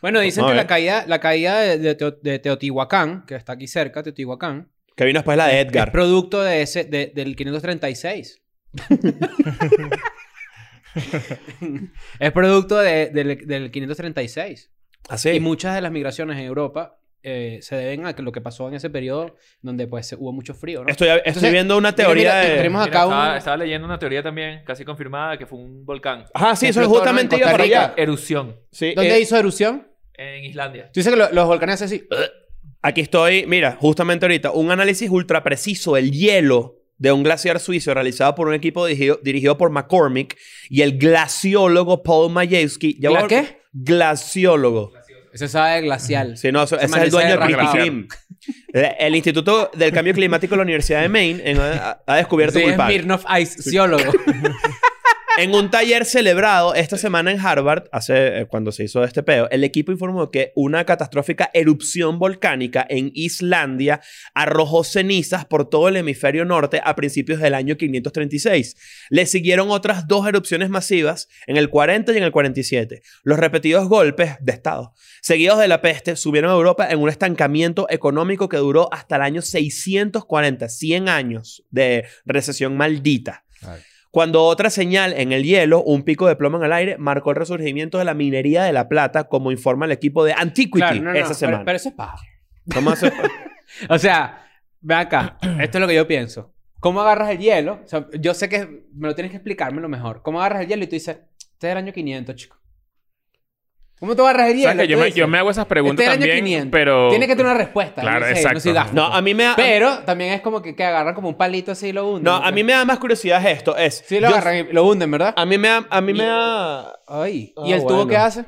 Bueno, dicen
A
que
ver.
la caída, la caída de, de Teo- de Teotihuacán, que está aquí cerca, Teotihuacán,
Que vino después la de
es
Edgar.
producto de ese, de- del 536. es producto de- del, del 536.
Así.
Y muchas de las migraciones en Europa eh, se deben a que lo que pasó en ese periodo donde pues hubo mucho frío, ¿no?
Estoy, estoy
Entonces,
viendo una
mira,
teoría
mira,
de...
tenemos-
Mira,
acá un-
estaba, estaba leyendo una teoría también, casi confirmada, que fue un volcán.
Ajá, sí,
que
eso es
explotó, ¿no?
justamente
En
iba
Costa
para
Rica.
allá.
Erupción
Sí,
¿Dónde
eh,
hizo erupción?
en Islandia.
Tú dices que lo- los volcanes hacen así.
Aquí estoy, mira, justamente ahorita, un análisis ultra preciso del hielo de un glaciar suizo realizado por un equipo dirigido, dirigido por McCormick y el glaciólogo Paul Majewski. Ya
¿Gla-
voy-
qué?
Glaciólogo.
Ese sabe glacial.
Sí, no, eso-
Se
ese es el
amanece
dueño del
derramado.
Krispy Kreme. El- El Instituto del Cambio Climático de la Universidad de Maine en- ha, ha descubierto
Sí, es
culpable.
Smirnoff Iceólogo.
En un taller celebrado esta semana en Harvard, hace eh, cuando se hizo este peo, el equipo informó que una catastrófica erupción volcánica en Islandia arrojó cenizas por todo el hemisferio norte a principios del año 536. Le siguieron otras dos erupciones masivas en el 40 y en el 47. Los repetidos golpes de Estado, seguidos de la peste, subieron a Europa en un estancamiento económico que duró hasta el año 640, 100 años de recesión maldita. Cuando otra señal en el hielo, un pico de plomo en el aire, marcó el resurgimiento de la minería de la plata, como informa el equipo de Antiquity
Claro, no, no,
esa
pero-
semana.
Pero, eso es paja.
¿Cómo hace-
O sea, ve acá. Esto es lo que yo pienso. ¿Cómo agarras el hielo? O sea, yo sé que me lo tienes que explicármelo mejor. ¿Cómo agarras el hielo? Y tú dices, este es el año 500, chico. ¿Cómo tú agarras el hielo?
¿Sabes que yo,
Tú
me,
dices,
yo me hago esas preguntas
este es el año
también,
500.
pero...
Tiene que tener una respuesta.
Claro,
no sé,
exacto.
No, soy gástrico.
No, a mí me da...
Pero también es como que, que agarran como un palito así y lo hunden.
no, a mí me da más curiosidad esto. Es,
Sí, lo
yo-
agarran y lo hunden, ¿verdad?
A mí me da... A mí me da
Ay.
Ah,
¿Y el tubo
bueno.
qué hace?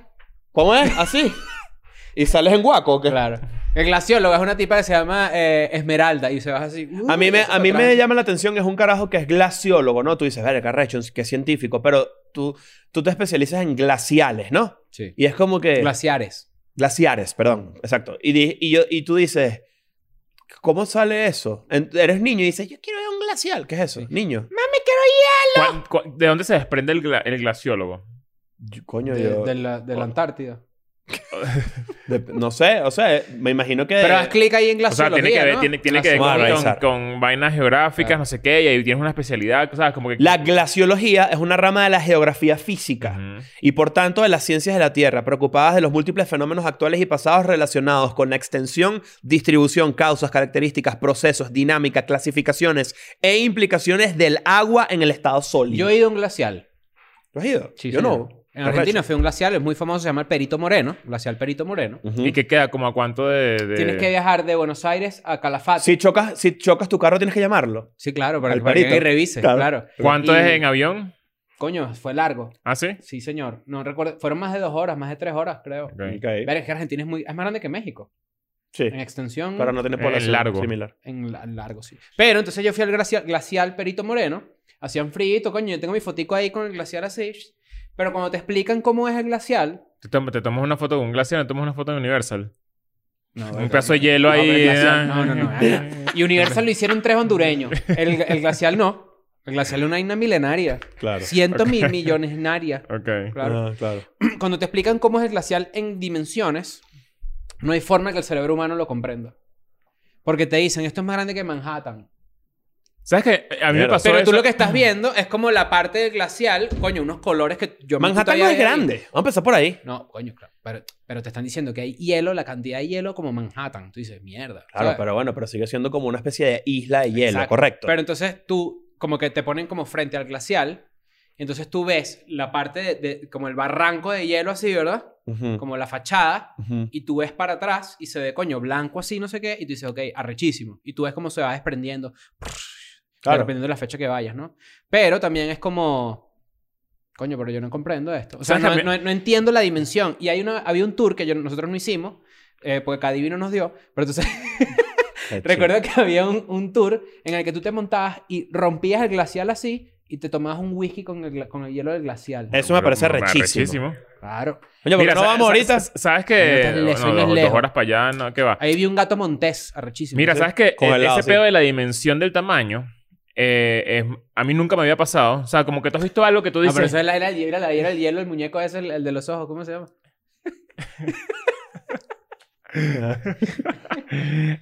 ¿Cómo es? ¿Así? ¿Y sales en guaco? o qué?
Claro. El glaciólogo es una tipa que se llama eh, Esmeralda y se baja así.
A mí, me,
Uy,
a mí
atrás.
me llama la atención, es un carajo que es glaciólogo, ¿no? Tú dices, vale, carrecho, que es científico, pero tú, tú te especializas en glaciales, ¿no?
Sí.
Y es como que...
Glaciares.
Glaciares, perdón, exacto. Y, di- y, yo, y tú dices, ¿cómo sale eso? En- eres niño y dices, yo quiero ver un glacial. ¿Qué es eso? Niño.
¿Cuál- cuál- ¿De dónde se desprende el, gla- el glaciólogo?
Yo- coño,
De,
yo... oh.
de la, de la Antártida.
de- no sé, o sea, me imagino que...
Pero haz clic ahí en
O sea,
glaciología,
tiene que ver,
¿no?
tiene, tiene que ver
Glaciología.
con,
Vamos a
con- con vainas geográficas,
Claro.
no sé qué, y ahí tienes una especialidad, ¿sabes? Como que...
La glaciología es una rama de la geografía física.
Ujú.
y por tanto de las ciencias de la Tierra, preocupadas de los múltiples fenómenos actuales y pasados relacionados con la extensión, distribución, causas, características, procesos, dinámica, clasificaciones e implicaciones del agua en el estado sólido.
Yo he ido a un glacial.
¿Lo has ido?
Sí,
Yo
señor.
no.
En
Arrecho.
Argentina fue un glacial, es muy famoso, se llama el Perito Moreno. Glacial Perito Moreno.
Ujú.
¿Y que queda? ¿Como a cuánto de...? de-
Tienes que viajar de Buenos Aires a Calafate.
Si chocas, si chocas tu carro tienes que llamarlo.
Sí, claro, para,
Al
que- para que
Perito.
venga y revise,
Claro.
claro.
¿Cuánto
Y-
es en avión?
Coño, fue largo.
¿Ah, sí?
Sí, señor. No recuerdo. Fueron más de dos horas, más de tres horas, creo.
Ok.
Ok.
Ver, es que Argentina es, muy, es más grande que México.
Sí.
En extensión.
Pero no tiene
Es
población
largo.
similar.
En la- largo, sí. Pero entonces yo fui al glacial, glacial Perito Moreno. Hacían frío, coño. Yo tengo mi fotico ahí con el glacial así. Pero cuando te explican cómo es el glacial...
¿Te, tom- te tomas una foto con un glaciar? ¿No tomas una foto de Universal?
No,
un
bueno,
pedazo de hielo
no, pero
ahí...
el glacial-
eh,
no, no, no,
eh.
Y Universal lo hicieron tres hondureños. El, el glacial no. El glacial es una isla milenaria.
Claro.
Cientos mil millones naria.
Ok.
Claro.
Ah, claro.
Cuando te explican cómo es el glacial en dimensiones, no hay forma que el cerebro humano lo comprenda. Porque te dicen, esto es más grande que Manhattan.
¿Sabes qué? A mí me
Mierda.
pasó
Pero tú
eso-
lo que estás viendo es como la parte del glacial, coño, unos colores que yo me
Manhattan
todavía
no es
de ahí.
grande. Vamos a empezar por ahí.
No, coño, claro. Pero, pero te están diciendo que hay hielo, la cantidad de hielo como Manhattan. Tú dices, mierda.
Claro,
¿sabes?
pero bueno, pero sigue siendo como una especie de isla de hielo,
Exacto.
correcto.
Pero entonces tú, como que te ponen como frente al glacial, entonces tú ves la parte de, de- como el barranco de hielo así, ¿verdad?
Ujú,
Como la fachada,
ujú.
y tú ves para atrás y se ve coño blanco así, no sé qué, y tú dices, ok, arrechísimo. Y tú ves cómo se va desprendiendo,
Claro.
dependiendo de la fecha que vayas, ¿no? Pero también es como, coño, pero yo no comprendo esto. O sea,
¿Sabes
no,
también?
no- no entiendo la dimensión. Y hay una, había un tour que yo- nosotros no hicimos, eh, porque Cadivino nos dio, pero entonces
Qué
Recuerdo que había un, un tour en el que tú te montabas y rompías el glacial así y te tomabas un whisky con el, gla- con el hielo del glacial.
chido. Eso me parece rechísimo.
Claro.
Oye, ¿por qué
Mira,
no
sa-
vamos
sa-
ahorita?
sa- ¿Sabes
Coño,
que
estás le-
no,
sueño
dos,
es
dos
lejos.
horas para allá, no, ¿qué va?
Ahí vi un gato montés, arrechísimo.
Mira,
sí.
¿sabes que
Congelado,
Ese
sí.
pedo de la dimensión del tamaño, eh, es- a mí nunca me había pasado. O sea, como que tú has visto algo que tú
Ah, pero
dices...
eso era, era- era- era- era el hielo, el muñeco ese, el, el de los ojos, ¿cómo se llama?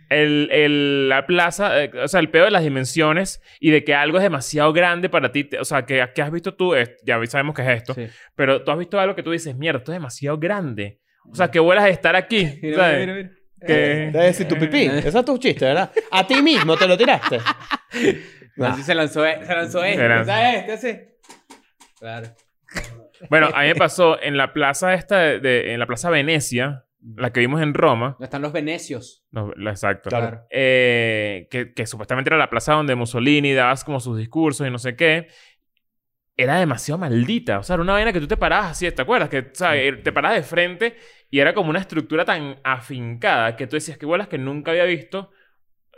el, el- la plaza, eh, o sea, el pedo de las dimensiones y de que algo es demasiado grande para ti. te- o sea, que, que has visto tú, eh, ya sabemos que es esto,
Sí.
pero tú has visto algo que tú dices, mierda, esto es demasiado grande. O sea, que vuelas a estar aquí.
Mira,
¿sabes?
mira, mira, Eh, mira.
Que-
Te voy a decir tu pipí. Ese es tu chiste, ¿verdad? A ti mismo te lo tiraste. Nah.
Así se lanzó, e- se lanzó este,
Era-
¿sabes? Este así. Claro.
Bueno, a mí me pasó en la plaza esta, de, de- en la plaza Venecia, la que vimos en Roma.
No están los venecios.
No, la- exacto.
Claro.
Eh, que, que supuestamente era la plaza donde Mussolini daba como sus discursos y no sé qué. Era demasiado maldita. O sea, era una vaina que tú te parabas así, ¿te acuerdas? Que o sea, eh, te parabas de frente y era como una estructura tan afincada que tú decías que bolas que nunca había visto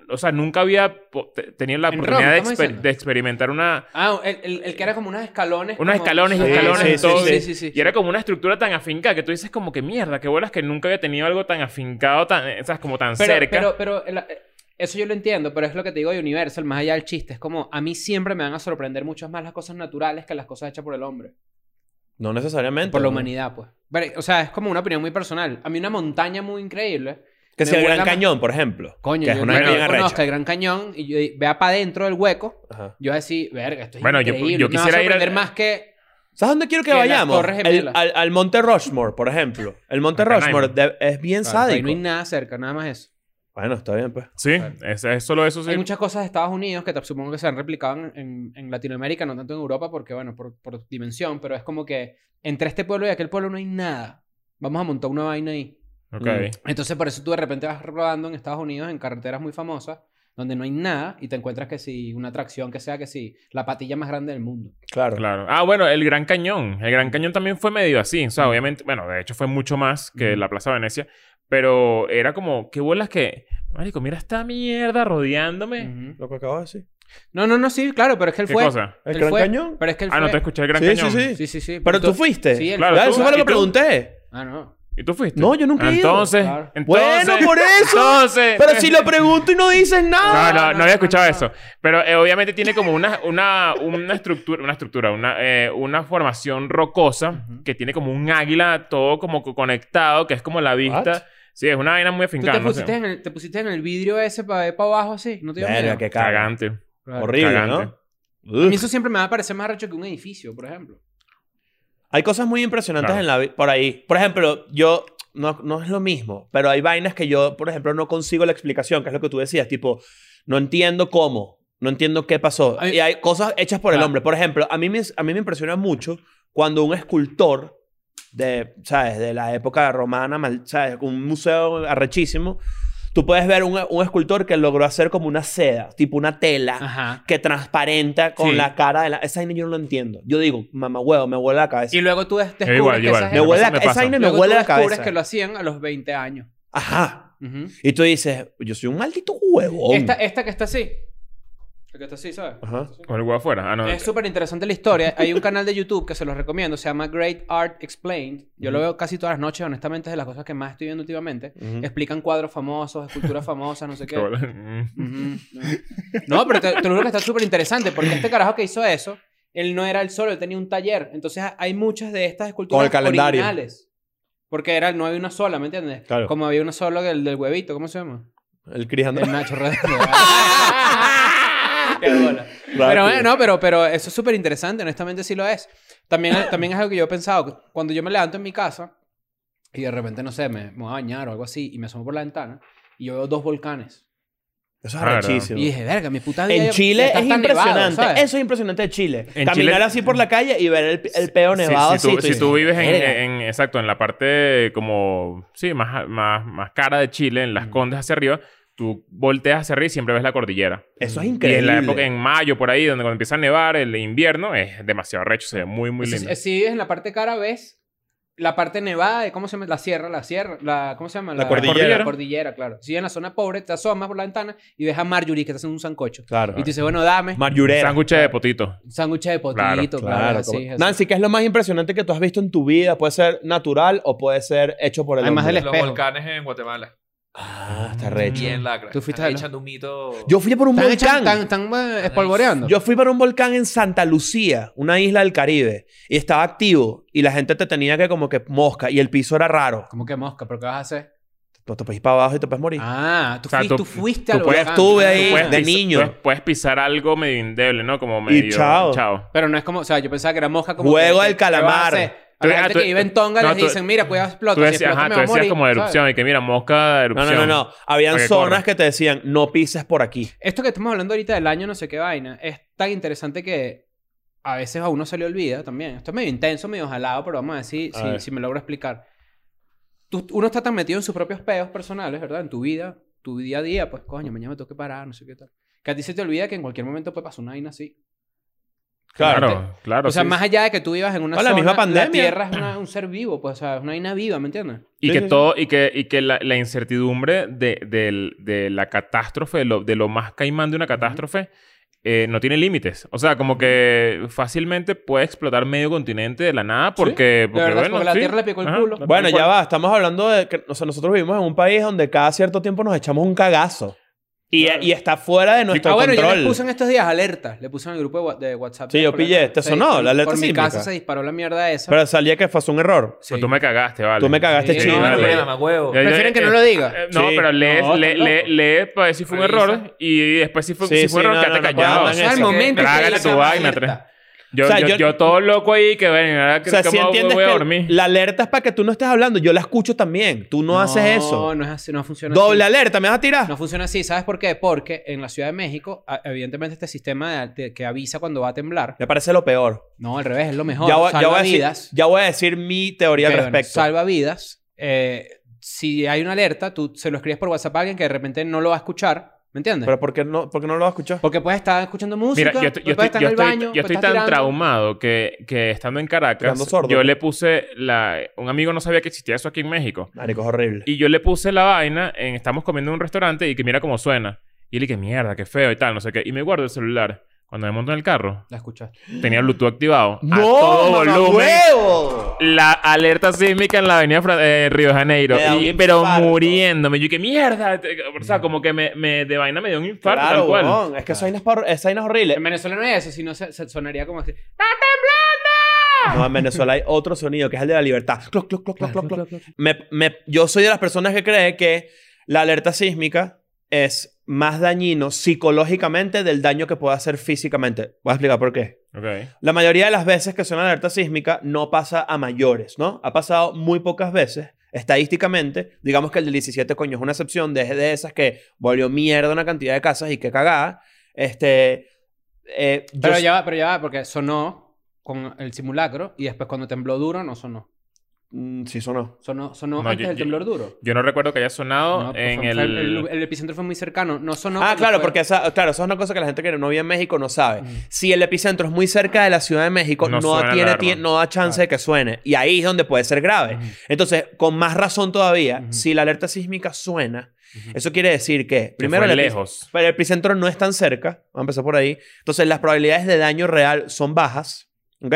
o sea, nunca había po- te- tenido la
En
oportunidad
Roma,
de,
estamos
exper-
diciendo.
de experimentar una...
Ah, el, el- el que era como unos escalones.
Unos
como-
escalones y
Ah,
escalones
sí,
y
sí,
todo.
Sí, sí, sí.
Y era como una estructura tan afincada que tú dices como que mierda, qué bolas que nunca había tenido algo tan afincado, tan, eh, ¿sabes? Como tan
pero,
cerca.
Pero, pero el- eh, eso yo lo entiendo, pero es lo que te digo de Universal, más allá del chiste. Es como, a mí siempre me van a sorprender muchas más las cosas naturales que las cosas hechas por el hombre.
No necesariamente.
Por la
¿no?
humanidad, pues. Pero, o sea, es como una opinión muy personal. A mí una montaña muy increíble.
Que
me
si el
vuela
Gran
más-
Cañón, por ejemplo.
Coño,
Que es
yo
una
que
gran
yo
arrecha.
conozca el Gran Cañón y yo y vea para adentro del hueco,
Ajá.
yo voy a decir, verga, esto es
Bueno, yo-
increíble.
yo
Me va a
quisiera ir al-
sorprender más que...
¿Sabes dónde quiero que,
Que las
vayamos?
Torres
El-
Gemelas.
al, al Monte Rushmore, por ejemplo. El Monte
Oppenheimer.
Rushmore de- es bien
Claro, ahí
sádico.
no hay nada cerca, nada más eso.
Bueno, está bien, pues.
Sí,
Claro.
es, es solo eso. Sí.
Hay muchas cosas de Estados Unidos que te- supongo que se han replicado en, en- en Latinoamérica, no tanto en Europa, porque, bueno, por, por dimensión, pero es como que entre este pueblo y aquel pueblo no hay nada. Vamos a montar una vaina ahí.
Ok.
Mm.
Entonces, por eso tú de repente vas rodando en Estados Unidos en carreteras muy famosas, donde no hay nada, y te encuentras que si una atracción que sea que si la patilla más grande del mundo.
Claro.
Claro. Ah, bueno, el Gran Cañón. El Gran Cañón también fue medio así. O
Mm.
sea, obviamente, bueno, de hecho fue mucho más que
Ujú.
la Plaza Venecia. Pero era como, qué bolas que. Marico, mira esta mierda rodeándome.
Ujú.
Lo que acabo de decir.
No, no, no, sí, claro, pero es que él
¿Qué
fue.
cosa?
¿El
él
Gran
fue-
Cañón?
Pero es que él
Ah, no
fue-
te escuché el Gran
Sí, sí,
Cañón.
sí.
Sí, sí, sí.
Pero tú fuiste.
Sí, él
Claro,
fue.
Claro, eso fue lo
¿Y
que
tú?
pregunté.
Ah, no.
¿Y tú fuiste? Ah,
No, yo nunca he ido.
Entonces,
Claro.
entonces.
Bueno, por eso.
Entonces.
Pero si lo pregunto y no dices nada.
No, no, no,
no,
había
no,
escuchado
no.
eso. Pero eh, obviamente tiene como una, una, una estructura, una estructura, una, eh, una formación rocosa
Ujú.
que tiene como un águila todo como co- conectado, que es como la vista.
What?
Sí, es una vaina muy
¿Tú
afincada.
te
no sé.
pusiste, en el, te pusiste en el vidrio ese para ver para abajo así? ¿No te dio
Verga,
miedo?
qué caga.
Cagante.
Claro.
Horrible,
Cagante.
¿no?
A
Ugh.
mí eso siempre me va a parecer más arrecho que un edificio, por ejemplo.
Hay cosas muy impresionantes
Claro.
en la, vi- por ahí. Por ejemplo, yo... No, no es lo mismo, pero hay vainas que yo, por ejemplo, no consigo la explicación, que es lo que tú decías, tipo, no entiendo cómo, no entiendo qué pasó.
Ay-
y hay cosas hechas por el
Claro.
hombre. Por ejemplo, a mí, me, a mí me impresiona mucho cuando un escultor de, ¿sabes? De la época romana, mal- ¿sabes? Un museo arrechísimo, tú puedes ver un, un escultor que logró hacer como una seda, tipo una tela
Ajá.
que transparenta con
Sí.
la cara de la... Esa vaina yo no lo entiendo. Yo digo, mamá huevo, me huele la cabeza.
Y luego tú des- descubres
igual,
que
igual.
esa
Me
gente-
huele la,
me
esa
pasa.
vaina me
luego tú
huele la
descubres
cabeza.
que lo hacían a los 20 años.
Ajá.
Ujú.
Y tú dices, yo soy un maldito huevón.
esta, esta que está así. La que está así, ¿sabes?
Ajá.
Con el huevo afuera. Ah, no.
Es súper interesante la historia. Hay un canal de YouTube que se los recomiendo. Se llama Great Art Explained. Yo lo veo casi todas las noches. Honestamente, es de las cosas que más estoy viendo últimamente.
Ujú.
Explican cuadros famosos, esculturas famosas, no sé qué.
Qué bola. Mm.
Ujú. No, pero te, te lo juro que está súper interesante porque este carajo que hizo eso, él no era el solo, él tenía un taller. Entonces hay muchas de estas esculturas
Con el calendario.
originales. Porque era, no había una sola, ¿me entiendes?
Claro.
Como había una sola del, del huevito, ¿cómo se llama?
El Chris Andrés.
El Nacho Redondo. Qué bola. Pero bueno, no, pero, pero eso es súper interesante, honestamente sí lo es. También, también es algo que yo he pensado. Cuando yo me levanto en mi casa y de repente, no sé, me, me voy a bañar o algo así y me asomo por la ventana y yo veo dos volcanes.
Eso es
Claro.
arrechísimo.
Y dije, verga, mi puta vida.
En
ya-
Chile
está
es
tan nevado,
impresionante.
¿sabes?
Eso es impresionante de Chile.
En
Caminar
Chile-
así por la calle y ver el, el peo
Sí,
nevado
si,
así.
tú, si
dices,
tú vives en,
"Verga".
en- exacto, en la parte como, sí, más, más, más cara de Chile, en las condes hacia arriba, tú volteas hacia arriba y siempre ves la cordillera.
Eso es
Y
increíble.
en la época, en mayo, por ahí, donde cuando empieza a nevar, el invierno, es demasiado recho, se ve muy, muy
Entonces,
lindo.
eh, Si vives en la parte cara, ves la parte nevada de, ¿cómo se llama? La sierra, la sierra, la, ¿cómo se llama?
La cordillera.
La cordillera, claro. Si vives en la zona pobre, te asomas por la ventana y ves a Marjorie que está haciendo un sancocho.
Claro.
Y tú dices, bueno, dame
Marjurera.
Sándwiches de potito.
un sándwich de potito,
Claro,
claro.
Claro.
así,
como-
así.
Nancy, ¿qué es lo más impresionante que tú has visto en tu vida? Puede ser natural o puede ser hecho por el
Además
hombre.
del-
Los
espejo.
volcanes en Guatemala.
Ah, está
Y
recho.
en Lacra.
Tú fuiste
Están
a la-
echando un mito.
Yo fui por un
¿Están,
volcán.
echan- están, están, eh, espolvoreando?
Yo fui para un volcán en Santa Lucía, una isla del Caribe, y estaba activo y la gente te tenía que como que mosca y el piso era raro.
¿Cómo que mosca? ¿Pero qué vas a hacer?
Tú te puedes ir para abajo y te puedes morir.
Ah, tú,
O sea,
fuiste,
tú-
tú fuiste
tú
al
puedes-
volcán.
estuve
Ah.
ahí,
Puedes
de
pis-
niño.
Puedes, puedes pisar algo medio indeble, ¿no? Como medio...
chao.
Pero no es como, o sea, yo pensaba que era mosca como.
Juego
que- que-
del
que vas a
calamar.
hacer. A
Tú-
la
ah,
gente
tú-
que vive en Tonga
no,
les
tú-
dicen, mira, cuidado, explota.
Tú
si
decías,
explota,
ajá,
me voy
tú
a
decías
morir",
como de
¿sabes?
erupción y que mira, mosca de
No,
erupción.
no, no, no. Habían
Para que
zonas
corra.
que te decían, no pises por aquí.
Esto que estamos hablando ahorita del año, no sé qué vaina, es tan interesante que a veces a uno se le olvida también. Esto es medio intenso, medio jalado, pero vamos a ver si,
A
si,
ver.
si me logro explicar. Tú- uno está tan metido en sus propios peos personales, ¿verdad? En tu vida, tu día a día, pues coño, mañana me tengo que parar, no sé qué tal. Que a ti se te olvida que en cualquier momento puede pasar una vaina así.
Claro.
Claro, claro.
o sea,
sí,
más
sí.
allá de que tú vivas en una
O la
zona,
misma pandemia.
la Tierra es una- un ser vivo, pues, o sea, es una vaina viva, ¿me entiendes?
Y
Sí,
que
sí, sí.
todo, y que, y que la, la incertidumbre de, del- de la catástrofe, de lo, de lo más caimán de una catástrofe, eh, no tiene límites. O sea, como que fácilmente puede explotar medio continente de la nada porque...
de
porque,
verdad, porque la Tierra le picó el culo.
tal
Bueno, ya
cual.
va, estamos hablando de que o sea, nosotros vivimos en un país donde cada cierto tiempo nos echamos un cagazo. Y, y está fuera de nuestro
ah, bueno, yo
control.
les puse en estos días alerta. Le puse en el grupo de, wa- de WhatsApp.
Sí, yo
Por
pillé, te
se
sonó,
disparó-
la alerta
Por mi
sísmica.
casa se disparó la mierda esa.
Pero salía que fue un error.
Sí.
Pero Pues tú me cagaste, vale.
Tú me cagaste,
Sí,
chido.
no,
vale.
no, no, huevo.
Ya, ya,
¿Prefieren que
eh,
no lo diga?
eh, No,
Sí.
pero lees,
No,
lee,
estás
lee,
loco.
lee para ver si fue un
Revisa.
error y después si fue,
Sí,
si fue
sí,
error,
no,
quédate
no, no,
callado.
no,
O sea, el
eso.
momento. en que
Trágale
la
tu
llama
vaina,
alerta.
Yo,
O sea,
yo,
yo-
yo todo loco ahí que ven, ahora
O
que
sea,
como
si entiendes
voy a
que
dormir.
la alerta es para que tú no estés hablando, yo la escucho también. Tú no, haces eso.
No, no es así, no funciona
Doble
así.
alerta, ¿me vas a tirar?
No funciona así, ¿sabes por qué? Porque en la Ciudad de México, a- evidentemente, este sistema de- de- que avisa cuando va a temblar,
Me parece lo peor.
no, al revés, es lo mejor.
ya, voy, ya
salva
voy a decir,
vidas.
ya voy a decir mi teoría
Ok,
al
bueno,
respecto.
salva vidas. Eh, si hay una alerta, tú se lo escribes por WhatsApp a alguien que de repente no lo va a escuchar, ¿me entiendes?
Pero ¿por qué no, por qué no lo escuchas?
Porque puedes estar escuchando música,
Mira, yo, estoy- yo
puedes
estoy,
estar
yo
en el
estoy-
baño,
yo
puedes
estoy
estar
tan
tirando.
traumado que, que estando en Caracas,
Tirando sordo.
yo le puse la... Un amigo no sabía que existía eso aquí en México.
Marico, es horrible.
Y yo le puse la vaina en... Estamos comiendo en un restaurante y que mira cómo suena. Y le dije, mierda, qué feo y tal, no sé qué. Y me guardo el celular. Cuando me monto en el carro,
La escuchaste.
tenía el Bluetooth activado.
¡No,
a todo volumen.
mamahuevo!
La alerta sísmica en la avenida Fra- eh, Río de Janeiro.
Me da
Y-
un
pero
infarto.
muriéndome. Yo, que mierda. Te- O sea, como que me, me- de vaina me dio un infarto.
Claro,
tal cual.
huevón. Es que esa vaina es par- esa vaina es
En
horrible.
Venezuela no hay eso, sino se, se sonaría como así.
No, en Venezuela hay otro sonido que es el de la libertad. Cloc, cloc, cloc, cloc, cloc, cloc. Me- me- yo soy de las personas que cree que la alerta sísmica es más dañino psicológicamente del daño que puede hacer físicamente. Voy a explicar por qué.
Ok.
La mayoría de las veces que suena la alerta sísmica no pasa a mayores, ¿no? Ha pasado muy pocas veces. Estadísticamente, digamos que el del 17 coño es una excepción, de, de esas que volvió mierda una cantidad de casas y que cagada. Este. eh, yo
Pero
s-
ya va, pero ya va, porque sonó con el simulacro y después cuando tembló duro no sonó.
Mm, sí sonó.
Sonó, sonó
No,
antes
yo-
del
yo-
temblor duro.
Yo no recuerdo que haya sonado
No, pues,
en
fue-
el...
fue- el epicentro fue muy cercano. No sonó.
ah,
cuando
claro,
fue-
porque esa, claro, eso es una cosa que la gente que no vive en México no sabe.
Mm.
Si el epicentro es muy cerca de la Ciudad de México,
No
no,
suena la
tiene,
alarma.
tie- no da chance de que suene. Y ahí es donde puede ser grave. Entonces, con más razón todavía,
Ujú.
si la alerta sísmica suena, eso quiere decir que,
que fue
primero, el epi-
lejos.
Pero el epicentro no es tan cerca. Vamos a empezar por ahí. Entonces, las probabilidades de daño real son bajas. ¿Ok?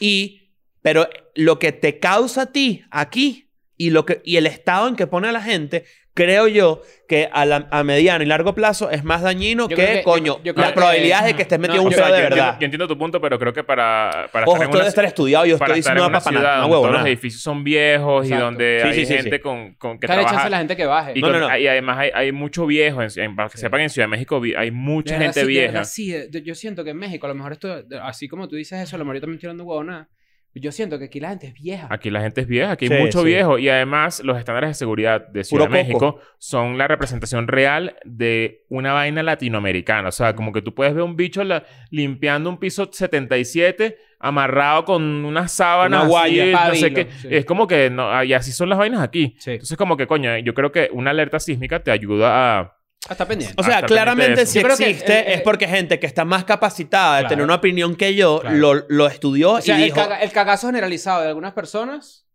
Y, pero lo que te causa a ti aquí y, lo que, y el estado en que pone a la gente, creo yo que a, la- a mediano y largo plazo es más dañino
Yo
que,
creo que-
coño,
yo- yo creo
las
que-
probabilidades de que estés metido
no,
en
O
un
sea,
feo
yo,
de
entiendo-
verdad.
yo entiendo tu punto, pero creo que para, para
Ojo,
estar en
esto
una,
debe estar estudiado. Yo
para
estoy
estar en
diciendo
una
para
ciudad
nada.
donde todos los edificios son viejos y
Exacto.
donde
Sí,
hay
sí, sí,
gente
sí.
Con, con que
Está le chance a
trabaja...
la gente que baje.
Y,
No,
con-
no, no.
y además hay, hay mucho viejo, en, en- para que sepan, en Ciudad de México vi- hay mucha
De verdad,
gente
sí, de
vieja.
verdad, sí, eh, de- de- yo siento que en México, a lo mejor esto, de- así como tú dices eso, a lo mejor yo también estoy tirando huevona. Yo siento que aquí la gente es vieja.
Aquí la gente es vieja, aquí
Sí,
hay mucho
sí.
viejo y además los estándares de seguridad de Ciudad de
Puro coco.
México son la representación real de una vaina latinoamericana. O sea, como que tú puedes ver un bicho la- limpiando un piso 77 amarrado con una sábana,
Una
así,
guaya.
no sé
Pabilo,
qué.
sí.
Es como que, no, ah, y así son las vainas aquí.
Sí.
Entonces, como que, coño, yo creo que una alerta sísmica te ayuda a...
Está pendiente.
O sea,
Hasta pendiente de
claramente
eso.
si
Yo creo que
existe
el- el-
es porque gente que está más capacitada de
Claro.
tener una opinión que yo
Claro.
lo, lo estudió
O sea,
y
el,
dijo...
caga- el cagazo generalizado de algunas personas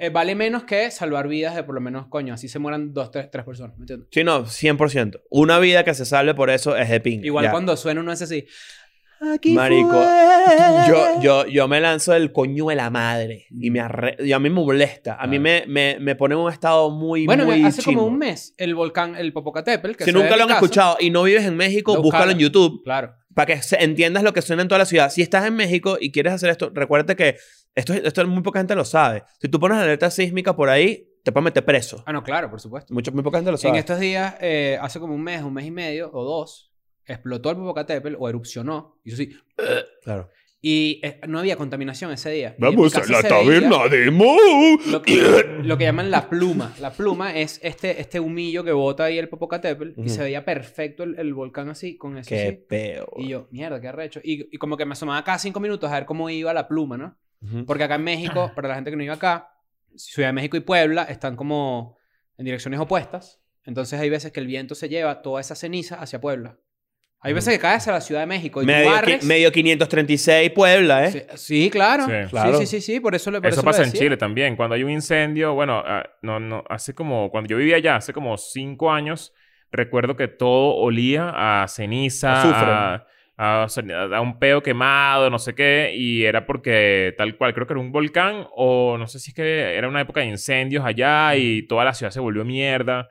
eh, vale menos que salvar vidas de por lo menos, coño, así se mueran dos, tres, tres personas, ¿me entiendes?
Sí, no, 100%. Una vida que se salve por eso es de ping.
Igual
Mm, Ya.
cuando suena uno es así.
Marico, yo, yo, yo me lanzo el coño de la madre y me arre... y a mí me molesta. A mí me, me, me pone en un estado muy,
Bueno,
muy
hace
chimbo.
como un mes, el volcán, el Popocatépetl, que
Si
se ve
nunca
en
lo
mi
han
casa,
escuchado y no vives en México,
Búscalo.
búscalo en YouTube
Claro.
para que se- entiendas lo que suena en toda la ciudad. Si estás en México y quieres hacer esto, recuérdate que esto, esto muy poca gente lo sabe. Si tú pones alerta sísmica por ahí, te puedes meter preso.
Ah, no, claro, por supuesto.
Mucho, muy poca gente lo
En
sabe.
estos días, eh, hace como un mes, un mes y medio o dos, explotó el Popocatépetl o erupcionó. Y yo sí.
Claro.
Y eh, no había contaminación ese día. Y en mi
Vamos a
casa
la
se veía
taberna de Mo.
Lo que, lo que llaman la pluma. La pluma es este, este humillo que bota ahí el Popocatépetl y
Ujú.
se veía perfecto el, el volcán así, con eso
Qué
así.
peo.
Y yo, mierda, qué arrecho. Y, y como que me asomaba cada cinco minutos a ver cómo iba la pluma, ¿no?
Ujú.
Porque acá en México, para la gente que no iba acá, Ciudad de México y Puebla están como en direcciones opuestas. Entonces hay veces que el viento se lleva toda esa ceniza hacia Puebla. Hay veces que caes a la Ciudad de México y tú
Medio, qui-
barres.
medio 536 Puebla, ¿eh?
Sí, sí, claro.
Sí.
Sí,
Claro.
sí, sí, sí, por eso le por
Eso,
lo
pasa en
decía.
Chile también. Cuando hay un incendio, bueno, ah, no, no, hace como, cuando yo vivía allá, hace como cinco años, recuerdo que todo olía a ceniza,
Azufre.
a, a ce- a un pedo quemado, no sé qué, y era porque tal cual, creo que era un volcán o no sé si es que era una época de incendios allá y toda la ciudad se volvió mierda.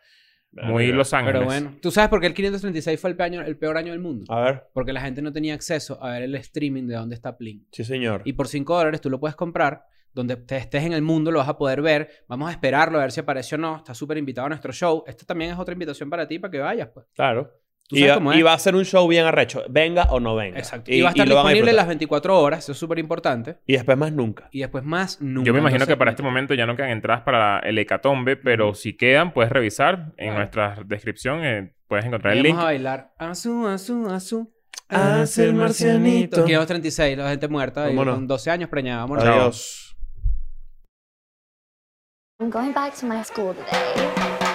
Muy
Verga.
Los Ángeles.
Ah, Pero bueno, ¿tú sabes por qué el 536 fue el, pe- año- el peor año del mundo?
A ver.
Porque la gente no tenía acceso a ver el streaming de dónde está Plin.
Sí, señor.
Y por 5 dólares tú lo puedes comprar. Donde te estés en el mundo lo vas a poder ver. Vamos a esperarlo a ver si apareció o no. Estás súper invitado a nuestro show. Esta también es otra invitación para ti, para que vayas, pues.
Claro.
Tú
Y
sabes
va,
cómo es.
y va a ser un show bien arrecho. Venga o no venga.
Exacto. Y, va a estar
lo van
disponible
disfrutar.
las 24 horas. Eso es súper importante.
Y después más nunca.
Y después más nunca.
Yo me imagino
Entonces,
que para este momento ya no quedan entradas para el hecatombe, pero si quedan, puedes revisar en
Claro.
nuestra descripción, eh, puedes encontrar el
Vamos
link.
a bailar. Azú, azú, azú.
Haz el marcianito.
536, la gente muerta. y
Vámonos.
con 12 años preñada. Vámonos.
Adiós.
I'm going back to my school today.